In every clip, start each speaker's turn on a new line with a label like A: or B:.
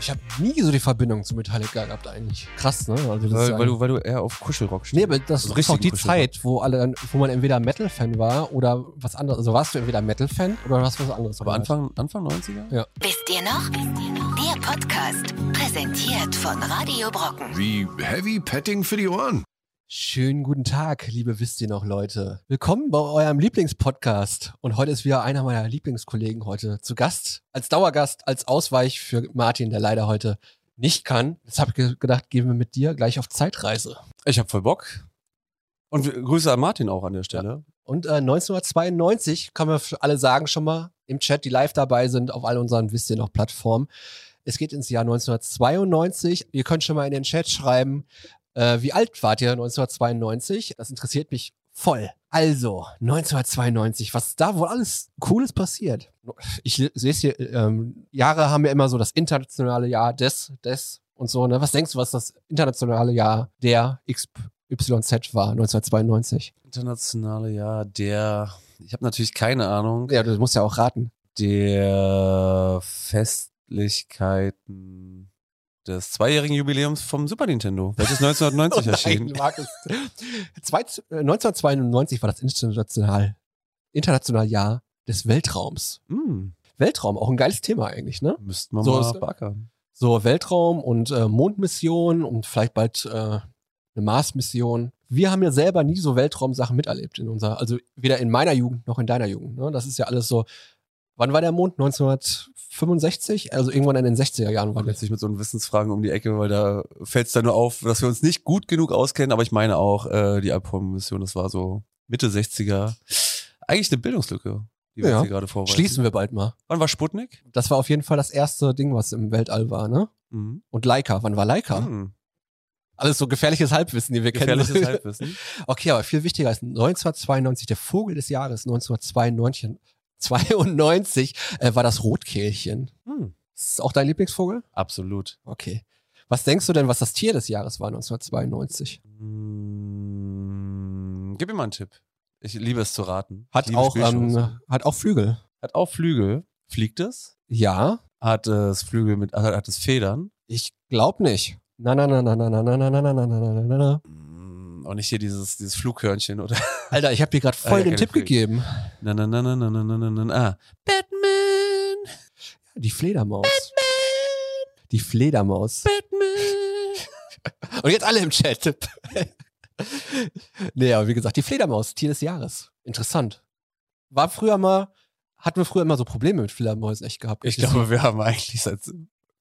A: Ich habe nie so die Verbindung zu Metallica gehabt eigentlich. Krass, ne? Also das ist
B: Weil,
A: ja
B: weil, du, weil du eher auf Kuschelrock stehst.
A: Nee, aber das
B: Also
A: ist auch
B: richtigen
A: die
B: Kuschelrock.
A: Zeit, wo alle dann, wo man entweder Metal-Fan war oder was anderes. Also warst du entweder Metal-Fan oder hast du was anderes
B: aber
A: gehört?
B: Anfang, Anfang 90er?
A: Ja.
C: Wisst ihr noch? Der Podcast, präsentiert von Radio Brocken.
D: Wie heavy petting for you on?
A: Schönen guten Tag, liebe wisst ihr noch Leute. Willkommen bei eurem Lieblingspodcast. Und heute ist wieder einer meiner Lieblingskollegen heute zu Gast, als Dauergast, als Ausweich für Martin, der leider heute nicht kann. Jetzt habe ich ge- gedacht, gehen wir mit dir gleich auf Zeitreise.
B: Ich hab voll Bock. Und wir- Grüße an Martin auch an der Stelle.
A: Und äh, 1992 kann man für alle sagen schon mal im Chat, die live dabei sind auf all unseren wisst ihr noch Plattformen. Es geht ins Jahr 1992. Ihr könnt schon mal in den Chat schreiben, äh, wie alt wart ihr 1992? Das interessiert mich voll. Also 1992, was ist da wohl alles Cooles passiert? Ich le- sehe es hier. Ähm, Jahre haben ja immer so das internationale Jahr des, des und so. Ne? Was denkst du, was das internationale Jahr der XYZ war 1992?
B: Internationale, ja, der, ich habe natürlich keine Ahnung,
A: Ja, du musst ja auch raten.
B: der Festlichkeiten des zweijährigen Jubiläums vom Super Nintendo, welches 1990 erschien.
A: Markus. Zwei, äh, 1992 war das international, international Jahr des Weltraums.
B: Hm,
A: Weltraum, auch ein geiles Thema eigentlich, ne?
B: müssten wir
A: So
B: mal
A: ist-
B: backern.
A: So Weltraum und äh, Mondmission und vielleicht bald äh, eine Marsmission. Wir haben ja selber nie so Weltraumsachen miterlebt in unserer, also weder in meiner Jugend noch in deiner Jugend. Ne? Das ist ja alles so. Wann war der Mond? 1965? Also irgendwann in den 60er Jahren war
B: Oh, Und
A: der.
B: jetzt nicht mit so einem Wissensfragen um die Ecke, weil da fällt es dann nur auf, dass wir uns nicht gut genug auskennen, aber ich meine auch, äh, die Alpha-Mission, das war so Mitte 60er. Eigentlich eine Bildungslücke, die wir
A: Ja.
B: jetzt hier gerade vorweisen.
A: Schließen wir bald mal.
B: Wann war Sputnik?
A: Das war auf jeden Fall das erste Ding, was im Weltall war, ne?
B: Mhm.
A: Und Leica, wann war Leica?
B: Hm.
A: Alles so gefährliches Halbwissen, die wir
B: Gefährliches
A: kennen.
B: Halbwissen.
A: Okay, aber viel wichtiger ist 1992, der Vogel des Jahres 1992 92, äh, war das Rotkehlchen.
B: Hm.
A: Ist das auch dein Lieblingsvogel?
B: Absolut.
A: Okay. Was denkst du denn, was das Tier des Jahres war 1992?
B: Hm. Gib mir mal einen Tipp. Ich liebe es zu raten. Ich
A: Hat
B: liebe
A: auch,
B: Spielshows.
A: ähm, hat auch Flügel.
B: hat auch Flügel. Fliegt es?
A: Ja,
B: Hat äh, es Flügel mit, hat, hat es Federn?
A: ich glaub nicht. Na, na, na, na, na, na, na, na, na, na, na, na, na, na, na.
B: Hm. Und nicht hier dieses, dieses Flughörnchen oder
A: Alter, ich habe dir gerade voll
B: Ah, ja,
A: den
B: keine
A: Tipp
B: Flügel.
A: gegeben.
B: Na, na, na, na, na, na, na, na, na, na. Ah. Batman!
A: Die Fledermaus. Die Fledermaus.
B: Batman!
A: Und jetzt alle im Chat. nee, aber wie gesagt, die Fledermaus, Tier des Jahres. Interessant. War früher mal, hatten wir früher immer so Probleme mit Fledermäusen echt gehabt.
B: Ich
A: Ist
B: glaube, wir haben eigentlich seit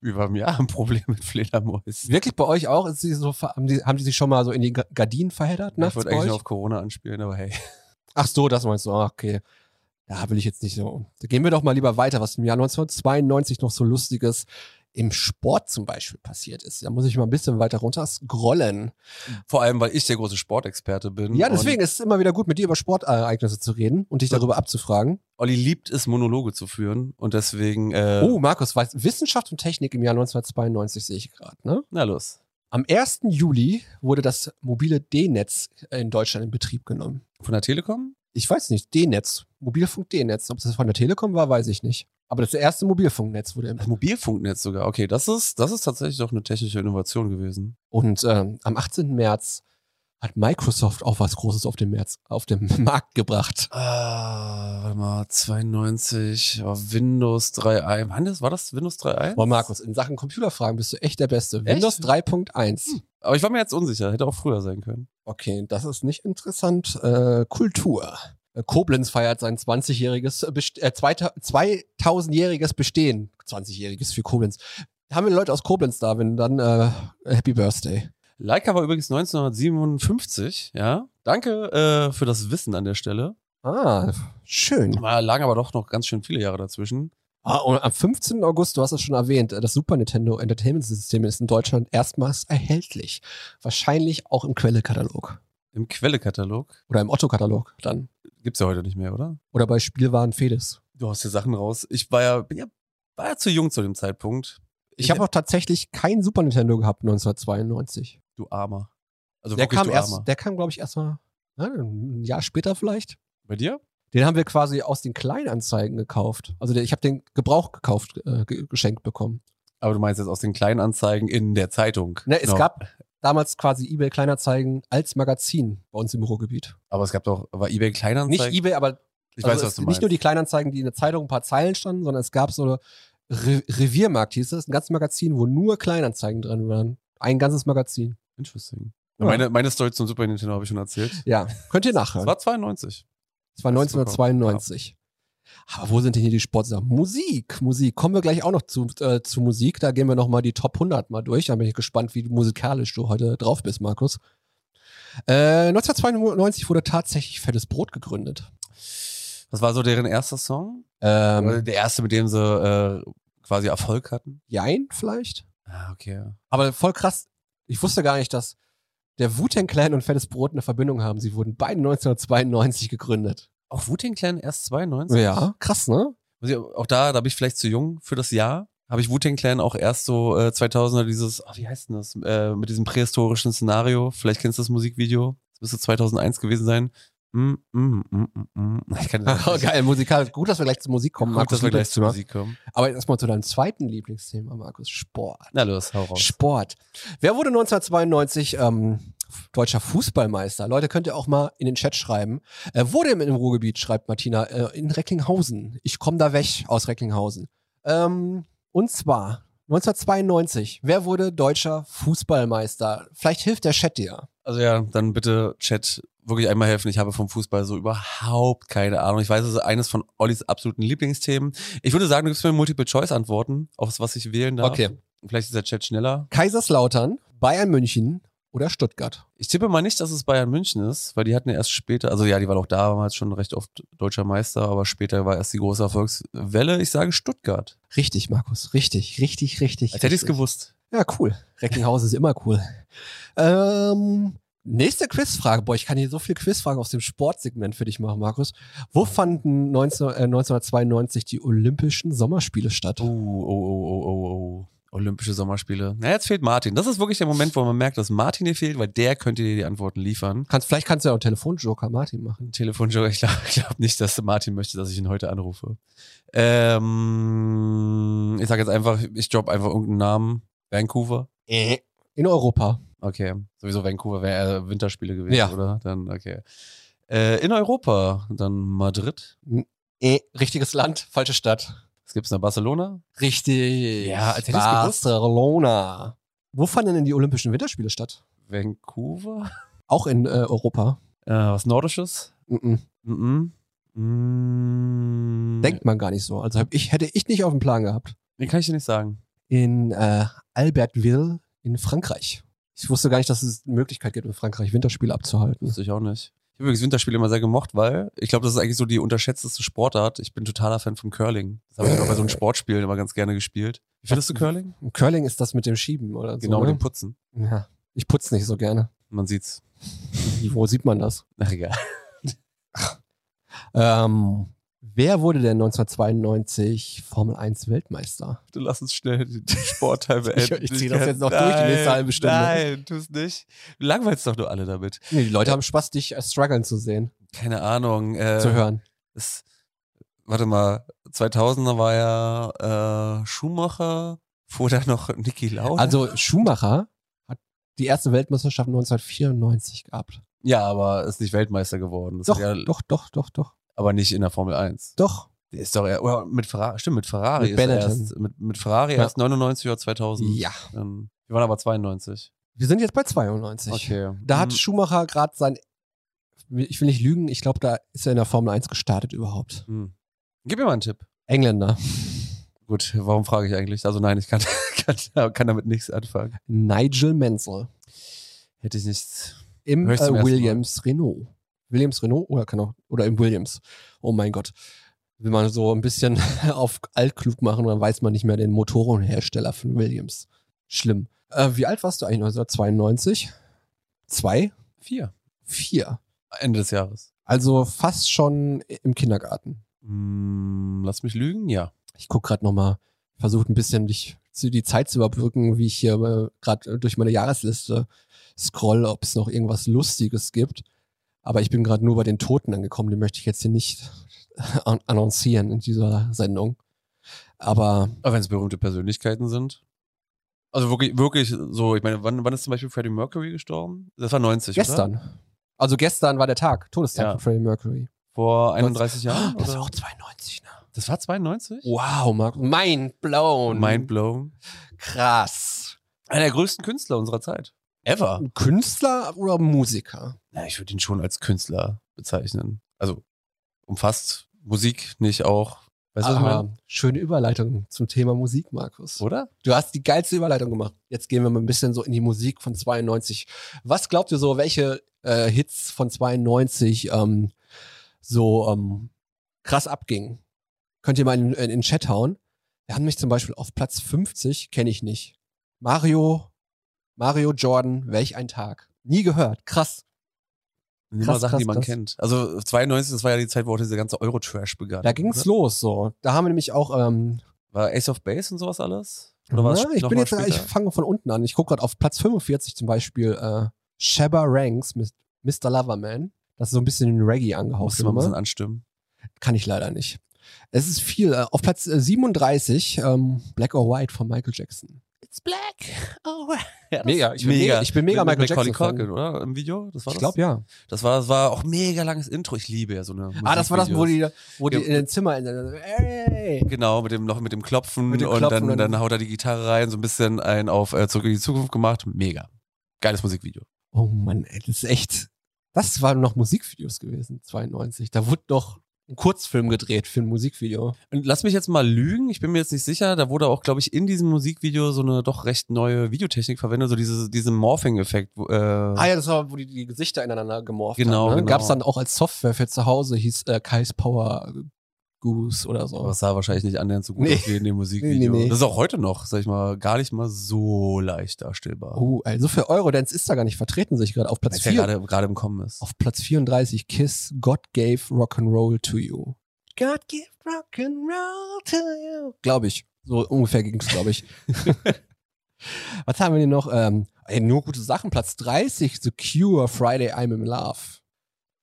B: über einem Jahr ein Problem mit Fledermäusen.
A: die- wirklich bei euch auch? Ist sie so, ver- haben, die, haben die sich schon mal so in die Ga- Gardinen verheddert
B: Ich
A: nachts
B: wollte
A: bei
B: eigentlich
A: euch?
B: nur auf Corona anspielen, aber hey.
A: Ach so, das meinst du. Ah, Okay. Da will ich jetzt nicht so. Da gehen wir doch mal lieber weiter, was im Jahr 1992 noch so Lustiges im Sport zum Beispiel passiert ist. Da muss ich mal ein bisschen weiter runter scrollen.
B: Vor allem, weil ich der große Sportexperte bin.
A: Ja, deswegen ist es immer wieder gut, mit dir über Sportereignisse zu reden und dich
B: So.
A: darüber abzufragen.
B: Und Olli liebt es, Monologe zu führen. Und deswegen, äh,
A: Oh, Markus, weiß, Wissenschaft und Technik im Jahr 1992 sehe ich gerade. Ne?
B: na los.
A: Am 1. Juli wurde das mobile D-Netz in Deutschland in Betrieb genommen.
B: Von der Telekom?
A: Ich weiß nicht, D-Netz, Mobilfunk D-Netz. Ob das von der Telekom war, weiß ich nicht. Aber das erste Mobilfunknetz wurde im
B: Das Mobilfunknetz sogar. Okay, das ist, das ist tatsächlich doch eine technische Innovation gewesen.
A: Und ähm, am 18. März hat Microsoft auch was Großes auf den, März, auf den Markt gebracht.
B: Ah, warte mal, 92, oh, Windows 3.1. Wann das- War das Windows 3.1?
A: Boah, Markus, in Sachen Computerfragen bist du echt Hm. der Beste.
B: Echt?
A: Windows 3.1.
B: Aber ich war mir jetzt unsicher, hätte auch früher sein können.
A: Okay, das ist nicht interessant. Äh, Kultur. Äh, Koblenz feiert sein 20-jähriges, Best- äh, 2000 2000-jähriges Bestehen. 20-jähriges für Koblenz. Haben wir Leute aus Koblenz da, wenn dann äh, Happy Birthday.
B: Leica war übrigens 1957, ja. Danke äh, für das Wissen an der Stelle.
A: Ah, schön.
B: Da lagen aber doch noch ganz schön viele Jahre dazwischen.
A: Ah, und am 15. August, du hast es schon erwähnt, äh, das Super Nintendo Entertainment System ist in Deutschland erstmals erhältlich. Wahrscheinlich auch im Quelle-Katalog.
B: Im Quelle-Katalog.
A: Oder im Otto-Katalog dann.
B: Gibt's ja heute nicht mehr, oder?
A: Oder bei Spielwaren Fedes.
B: Du hast ja Sachen raus. Ich war ja, bin ja, war ja zu jung zu dem Zeitpunkt.
A: Ich habe auch tatsächlich kein Super Nintendo gehabt 1992.
B: Du Armer. Also
A: der
B: wirklich
A: kam
B: du
A: erst,
B: Armer.
A: der kam, glaube ich, erstmal ein Jahr später vielleicht.
B: Bei dir?
A: Den haben wir quasi aus den Kleinanzeigen gekauft. Also der, ich habe den Gebrauch gekauft, äh, ge- geschenkt bekommen.
B: Aber du meinst jetzt aus den Kleinanzeigen in der Zeitung. Genau.
A: Ne, es
B: Noch.
A: gab damals quasi eBay Kleinanzeigen als Magazin bei uns im Ruhrgebiet.
B: Aber es gab doch, war eBay
A: Nicht
B: Kleinanzeigen?
A: eBay, aber
B: ich
A: also
B: weiß,
A: es,
B: was du meinst.
A: nicht nur die Kleinanzeigen, die in der Zeitung ein paar Zeilen standen, sondern es gab so eine Re Reviermarkt, hieß es, ein ganzes Magazin, wo nur Kleinanzeigen drin waren. Ein ganzes Magazin.
B: Interesting.
A: Ja.
B: Meine, meine Story zum Super Nintendo habe ich schon erzählt.
A: Ja, könnt ihr
B: Es
A: nachhören.
B: war 92.
A: Es war 1992. Aber wo sind denn hier die Sportsachen? Musik, Musik. Kommen wir gleich auch noch zu, äh, zu Musik. Da gehen wir nochmal die Top 100 mal durch. Da bin ich gespannt, wie musikalisch du heute drauf bist, Markus. Äh, 1992 wurde tatsächlich Fettes Brot gegründet.
B: Das war so deren erster Song. Oder
A: Ähm,
B: der erste, mit dem sie äh, quasi Erfolg hatten.
A: Jein vielleicht?
B: Ah, okay.
A: Aber voll krass. Ich wusste gar nicht, dass der Wu-Tang Clan und Fettes Brot eine Verbindung haben. Sie wurden beide 1992 gegründet.
B: Auch Wu-Tang Clan erst 92?
A: Ja, krass, ne?
B: Muss ich, auch da, da bin ich vielleicht zu jung für das Jahr. Habe ich Wu-Tang Clan auch erst so äh, 2000er dieses, ah, wie heißt denn das, äh, mit diesem prähistorischen Szenario. Vielleicht kennst du das Musikvideo. Das müsste 2001 gewesen sein. Mm, mm, mm, mm, mm. Ich kann das nicht.
A: Geil, musikalisch. Gut, dass wir gleich zur Musik kommen.
B: Gut, dass wir gleich zur
A: Lieblingsthema.
B: Musik kommen.
A: Aber erstmal zu deinem zweiten Lieblingsthema, Markus. Sport.
B: Na los, hau raus.
A: Sport. Wer wurde 1992 ähm, deutscher Fußballmeister? Leute, könnt ihr auch mal in den Chat schreiben. Äh, wurde im, im Ruhrgebiet, schreibt Martina, äh, in Recklinghausen. Ich komme da weg aus Recklinghausen. Ähm, und zwar 1992. Wer wurde deutscher Fußballmeister? Vielleicht hilft der Chat dir.
B: Also ja, dann bitte Chat wirklich einmal helfen. Ich habe vom Fußball so überhaupt keine Ahnung. Ich weiß, es ist eines von Ollis absoluten Lieblingsthemen. Ich würde sagen, du gibst mir Multiple-Choice-Antworten, auf was ich wählen darf. Vielleicht ist der Chat schneller.
A: Kaiserslautern, Bayern München oder Stuttgart?
B: Ich tippe mal nicht, dass es Bayern München ist, weil die hatten ja erst später, also ja, die waren auch damals schon recht oft deutscher Meister, aber später war erst die große Erfolgswelle. Ich sage Stuttgart.
A: Richtig, Markus. Richtig, richtig, richtig.
B: Als hätte ich es
A: richtig.
B: gewusst.
A: Ja, cool. Recklinghausen ist immer cool. Ähm, nächste Quizfrage. Boah, ich kann hier so viel Quizfragen aus dem Sportsegment für dich machen, Markus. Wo fanden 19, äh, 1992 die Olympischen Sommerspiele statt?
B: Oh, oh, oh, oh, oh, oh. Olympische Sommerspiele. Na, jetzt fehlt Martin. Das ist wirklich der Moment, wo man merkt, dass Martin dir fehlt, weil der könnte dir die Antworten liefern.
A: Kannst, vielleicht kannst du ja auch einen Telefonjoker Martin machen.
B: Telefonjoker, ich glaube glaub nicht, dass Martin möchte, dass ich ihn heute anrufe. Ähm, ich sage jetzt einfach, ich drop einfach irgendeinen Namen. Vancouver.
A: In Europa.
B: Okay. Sowieso Vancouver wäre äh, Winterspiele gewesen,
A: Ja.
B: oder? Dann, okay. Äh, in Europa, dann Madrid.
A: Richtiges Land, falsche Stadt.
B: Was gibt's da? Barcelona?
A: Richtig.
B: Ja, als hätte ich's gewusst.
A: Barcelona. Wo fanden denn die Olympischen Winterspiele statt?
B: Vancouver?
A: Auch in äh, Europa.
B: Äh, was Nordisches?
A: Mm-mm.
B: Mhm. Mm
A: Denkt man gar nicht so. Also hab ich, hätte ich nicht auf dem Plan gehabt.
B: Den kann ich dir nicht sagen.
A: in äh, Albertville in Frankreich. Ich wusste gar nicht, dass es eine Möglichkeit gibt, in Frankreich Winterspiele abzuhalten.
B: Wusste ich auch nicht. Ich habe übrigens Winterspiele immer sehr gemocht, weil ich glaube, das ist eigentlich so die unterschätzteste Sportart. Ich bin totaler Fan von Curling. Das habe ich auch bei so einem Sportspiel immer ganz gerne gespielt. Wie findest du Curling?
A: Und Curling ist das mit dem Schieben oder
B: Genau,
A: so.
B: mit
A: ne?
B: dem Putzen.
A: ja. Ich putze nicht so gerne.
B: Man sieht's.
A: Wo sieht man das?
B: Ach, egal.
A: Ähm, wer wurde denn 1992 Formel 1 Weltmeister?
B: Bitte lass uns schnell den Sportteil
A: Ich-
B: beenden.
A: ich zieh das jetzt noch durch, die nächste halbe Stunde.
B: Nein, tu's nicht. Du langweilst doch nur alle damit.
A: Nee, die Leute haben Spaß, dich äh, strugglen zu sehen,
B: Keine Ahnung. Äh,
A: zu hören.
B: Es, warte mal, 2000er war ja äh, Schumacher, vorher noch Niki Lauda.
A: Also Schumacher hat die erste Weltmeisterschaft 1994 gehabt.
B: ja, aber ist nicht Weltmeister geworden. Das
A: Doch,
B: ist ja,
A: doch, doch, doch, doch,
B: Aber nicht in der Formel 1.
A: doch.
B: Der ist doch eher, oder mit Ferrari, stimmt, mit Ferrari
A: Mit
B: ist er
A: Benetton.
B: erst, mit, mit Ferrari
A: Ja.
B: erst 99 oder 2000.
A: Ja.
B: Ähm, wir waren aber 92.
A: Wir sind jetzt bei 92.
B: Okay.
A: Da hat
B: Hm.
A: Schumacher gerade sein, ich will nicht lügen, ich glaube, da ist er in der Formel 1 gestartet überhaupt.
B: Hm. Gib mir mal einen Tipp.
A: Engländer.
B: Gut, warum frage ich eigentlich? Also nein, ich kann, kann, kann damit nichts anfangen.
A: Nigel Mansell
B: Hätte ich nichts.
A: im
B: Hör ich zum
A: äh,
B: ersten
A: Williams Renault. Williams Renault oder kann auch, oder im Williams. Oh mein Gott. Will man so ein bisschen auf altklug machen, dann weiß man nicht mehr den Motorenhersteller von Williams. Schlimm. Äh, wie alt warst du eigentlich 1992? Zwei?
B: Vier.
A: Vier.
B: Ende des Jahres.
A: Also fast schon im Kindergarten.
B: Hm, lass mich lügen, ja.
A: Ich guck gerade nochmal, versuche ein bisschen dich, zu- die Zeit zu überbrücken, wie ich hier äh, gerade durch meine Jahresliste scroll, ob es noch irgendwas Lustiges gibt. Aber ich bin gerade nur bei den Toten angekommen, die möchte ich jetzt hier nicht an annoncieren in dieser Sendung. Aber
B: Aber wenn es berühmte Persönlichkeiten sind, Also wirklich, wirklich so, ich meine, wann, wann ist zum Beispiel Freddie Mercury gestorben? Das war 90, oder?
A: Gestern. Also gestern war der Tag, Todestag
B: Ja.
A: von Freddie Mercury. Oh,
B: Vor 31 Jahren?
A: Das
B: oder?
A: war auch 92, ne?
B: das war 92?
A: Wow, Marc. Mind blown.
B: Mind blown.
A: Krass.
B: Einer der größten Künstler unserer Zeit. Ever.
A: Ein Künstler oder Musiker?
B: Na, ich würde ihn schon als Künstler bezeichnen. Also umfasst Musik nicht auch. Weißt du, was ich
A: Aha.
B: meine?
A: schöne Überleitung zum Thema Musik, Markus.
B: Oder?
A: Du hast die geilste Überleitung gemacht. Jetzt gehen wir mal ein bisschen so in die Musik von 92. Was glaubt ihr so, welche äh, Hits von 92 ähm, so ähm, krass abgingen? Könnt ihr mal in, in den Chat hauen? Wir haben mich zum Beispiel auf Platz 50, kenne ich nicht. Mario, Mario Jordan, welch ein Tag. Nie gehört. Krass.
B: Nimm
A: Krass,
B: mal Sachen,
A: krass,
B: die man
A: krass.
B: kennt. Also 92, das war ja die Zeit, wo auch dieser ganze Euro-Trash begann.
A: Da ging's
B: oder?
A: los so. Da haben wir nämlich auch ähm,
B: War Ace of Base und sowas alles? Oder war es
A: Ja, ich
B: noch
A: bin
B: mal
A: jetzt, äh, ich
B: später?
A: fange von unten an. Ich gucke gerade auf Platz 45 zum Beispiel äh, Shabba Ranks mit Mr. Loverman. Das ist so ein bisschen in Reggae angehaucht.
B: Musst du mal ein bisschen
A: Immer.
B: anstimmen.
A: Kann ich leider nicht. Es ist viel. Äh, auf Platz äh, 37 ähm, Black or White von Michael Jackson.
B: It's black. Oh, ja,
A: Mega. Ich bin mega- ich bin mega
B: mit,
A: Michael
B: mit Macaulay
A: Jackson-Fan.
B: Culkin, oder? Im Video? Das war
A: ich
B: das?
A: glaube ja.
B: Das war, das war auch mega langes Intro. Ich liebe ja so eine
A: Ah, das war das, wo
B: Musikvideos.
A: die, wo die
B: Ja.
A: in den Zimmer. In, ey.
B: Genau, mit dem noch mit dem Klopfen,
A: Mit dem
B: und
A: Klopfen
B: dann,
A: und-
B: dann haut er die Gitarre rein, so ein bisschen ein auf äh, Zurück in die Zukunft gemacht. Mega. Geiles Musikvideo.
A: Oh Mann, ey, das ist echt. Das waren noch Musikvideos gewesen, 92. Da wurde doch ein Kurzfilm gedreht für ein Musikvideo.
B: Und lass mich jetzt mal lügen, ich bin mir jetzt nicht sicher, da wurde auch, glaube ich, in diesem Musikvideo so eine doch recht neue Videotechnik verwendet, so diese, diesen Morphing-Effekt. wo, Äh,
A: Ah ja, das war, wo die, die Gesichter ineinander gemorpht
B: Genau,
A: haben. Ne?
B: genau.
A: Gab es dann auch als Software für zu Hause, hieß äh, Kai's Power Goose oder so.
B: Aber es Oh, sah wahrscheinlich nicht annähernd so gut
A: Nee.
B: aus wie in dem Musikvideo.
A: Nee, nee, nee.
B: Das ist auch heute noch, sag ich mal, gar nicht mal so leicht darstellbar.
A: Oh, ey, so viel Eurodance ist da gar nicht vertreten, sich gerade auf
B: Weil
A: Platz
B: es ja
A: 4.
B: gerade gerade im Kommen ist.
A: auf Platz 34 Kiss God gave Rock'n'Roll to you. God gave Rock'n'Roll to you. Glaube ich. So ungefähr ging's, glaube ich. Was haben wir denn noch? Ähm, ey, nur gute Sachen. Platz 30, The Cure, Friday, I'm in Love.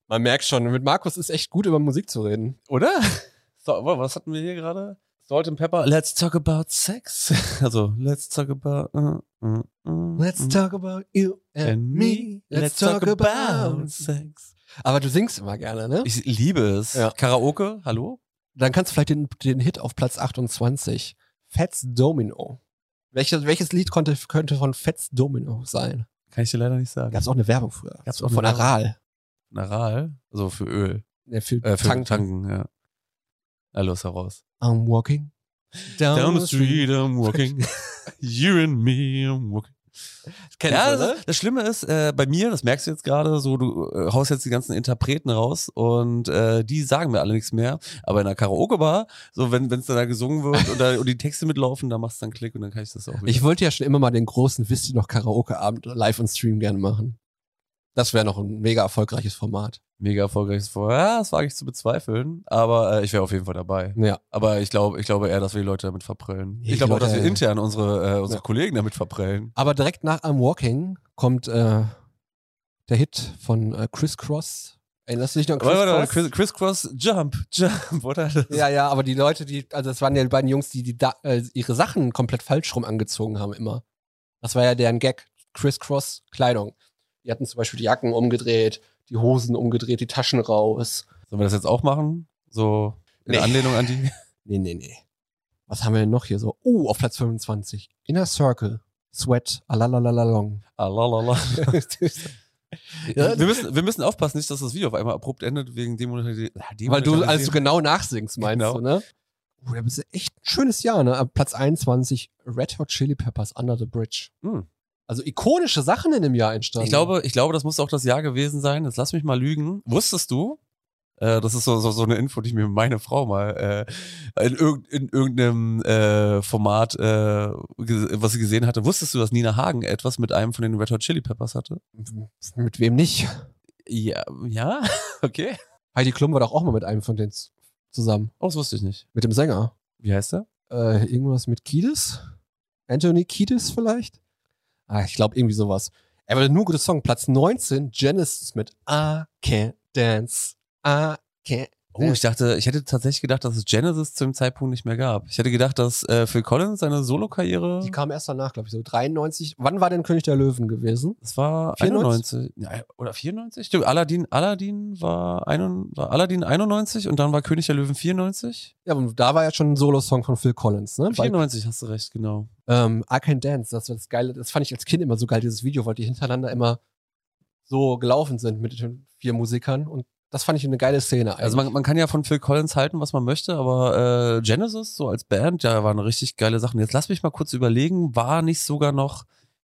A: Man merkt schon, mit Markus ist echt gut über Musik zu reden.
B: Oder? So, wa- was hatten wir hier gerade? Salt and Pepper. Let's talk about sex. Also, let's talk about. äh, äh, äh,
A: Let's
B: äh,
A: talk about you Mhm. and me. Let's talk about
B: sex.
A: Aber du singst immer gerne, ne?
B: Ich liebe es.
A: Ja.
B: Karaoke, hallo?
A: Dann kannst du vielleicht den, den Hit auf Platz 28. Fats Domino. Welches, welches Lied konnte, könnte von Fats Domino sein?
B: Kann ich dir leider nicht sagen.
A: Gab es auch eine Werbung früher.
B: Gab's auch eine
A: von
B: Werbung?
A: Aral.
B: Naral, also für Öl.
A: Ne, für
B: Äh, für
A: Tanken.
B: Tanken, ja. Na los, heraus.
A: I'm walking down,
B: Down the street, I'm walking. you and me, I'm walking.
A: Kennst
B: ja,
A: du, ne?
B: das, das Schlimme ist, äh, bei mir, das merkst du jetzt gerade, so du äh, haust jetzt die ganzen Interpreten raus und äh, die sagen mir alle nichts mehr. Aber in einer Karaoke-Bar, so wenn es dann da gesungen wird und, da, und die Texte mitlaufen, da machst du dann Klick und dann kann ich das auch wieder.
A: Ich wollte ja schon immer mal den großen Wisst ihr noch Karaoke-Abend live und stream gerne machen. Das wäre noch ein mega erfolgreiches Format.
B: Mega erfolgreiches Vorher, ja, das wage ich zu bezweifeln, aber äh, ich wäre auf jeden Fall dabei.
A: Ja.
B: Aber ich glaube ich glaube eher, dass wir die Leute damit verprellen.
A: Ja,
B: Ich glaube auch,
A: die Leute,
B: dass wir
A: äh,
B: intern unsere, äh, unsere
A: ja.
B: Kollegen damit verprellen.
A: Aber direkt nach I'm Walking kommt äh, der Hit von äh, Chris Cross. Erinnerst du dich noch an Chris
B: Warte, warte, warte,
A: Cross?
B: Chris, Chris Cross, Jump, Jump, oder? Das
A: Ja, ja, aber die Leute, die, also das waren ja die beiden Jungs, die, die da, äh, ihre Sachen komplett falsch rum angezogen haben immer. Das war ja deren Gag. Criss-Cross Kleidung. Die hatten zum Beispiel die Jacken umgedreht, die Hosen umgedreht, die Taschen raus.
B: Sollen wir das jetzt auch machen? So in
A: Nee.
B: Anlehnung an die.
A: Nee, nee, nee. Was haben wir denn noch hier so? Oh, auf Platz 25. Inner Circle. Sweat. Alalalalong.
B: Ah, la, la, la.
A: Weil Ja.
B: wir, müssen, wir müssen aufpassen, nicht, dass das Video auf einmal abrupt endet wegen Ah, Demonetarisierung.
A: du alles so genau nachsingst, meinst
B: Genau.
A: du, ne? Oh, da bist du echt ein schönes Jahr, ne? Ab Platz 21. Red Hot Chili Peppers. Under the Bridge.
B: Hm.
A: Also ikonische Sachen in dem Jahr entstanden.
B: ich, glaube, ich glaube, das muss auch das Jahr gewesen sein. Jetzt lass mich mal lügen. Wusstest du? Äh, das ist so, so, so eine Info, die mir meine Frau mal äh, in, irgend, in irgendeinem äh, Format, äh, ges- was sie gesehen hatte. Wusstest du, dass Nina Hagen etwas mit einem von den Red Hot Chili Peppers hatte?
A: Mit wem nicht?
B: Ja, ja, okay.
A: Heidi Klum war doch auch mal mit einem von denen z- zusammen.
B: Oh, das wusste ich nicht.
A: Mit dem Sänger.
B: Wie heißt er?
A: Äh, irgendwas mit Kiedis? Anthony Kiedis vielleicht? Ah, ich glaube irgendwie sowas. Er war nur gute Song. Platz 19, Genesis mit I can't dance. I can't
B: Oh, ich dachte, ich hätte tatsächlich gedacht, dass es Genesis zu dem Zeitpunkt nicht mehr gab. Ich hätte gedacht, dass äh, Phil Collins seine Solo-Karriere.
A: Die kam erst danach, glaube ich, so 93. Wann war denn König der Löwen gewesen?
B: Das war
A: 94?
B: 91 ja, oder 94? Stimmt, Aladdin, Aladdin war, ein, war Aladdin 91 und dann war König der Löwen 94?
A: Ja, aber da war ja schon ein Solo-Song von Phil Collins, ne? Bei,
B: 94 hast du recht, genau.
A: ähm, I Can Dance, das war das Geile. Das fand ich als Kind immer so geil, dieses Video, weil die hintereinander immer so gelaufen sind mit den vier Musikern. Und das fand ich eine geile Szene.
B: Also man, man kann ja von Phil Collins halten, was man möchte, aber äh, Genesis so als Band, ja, waren richtig geile Sachen. Jetzt lass mich mal kurz überlegen, war nicht sogar noch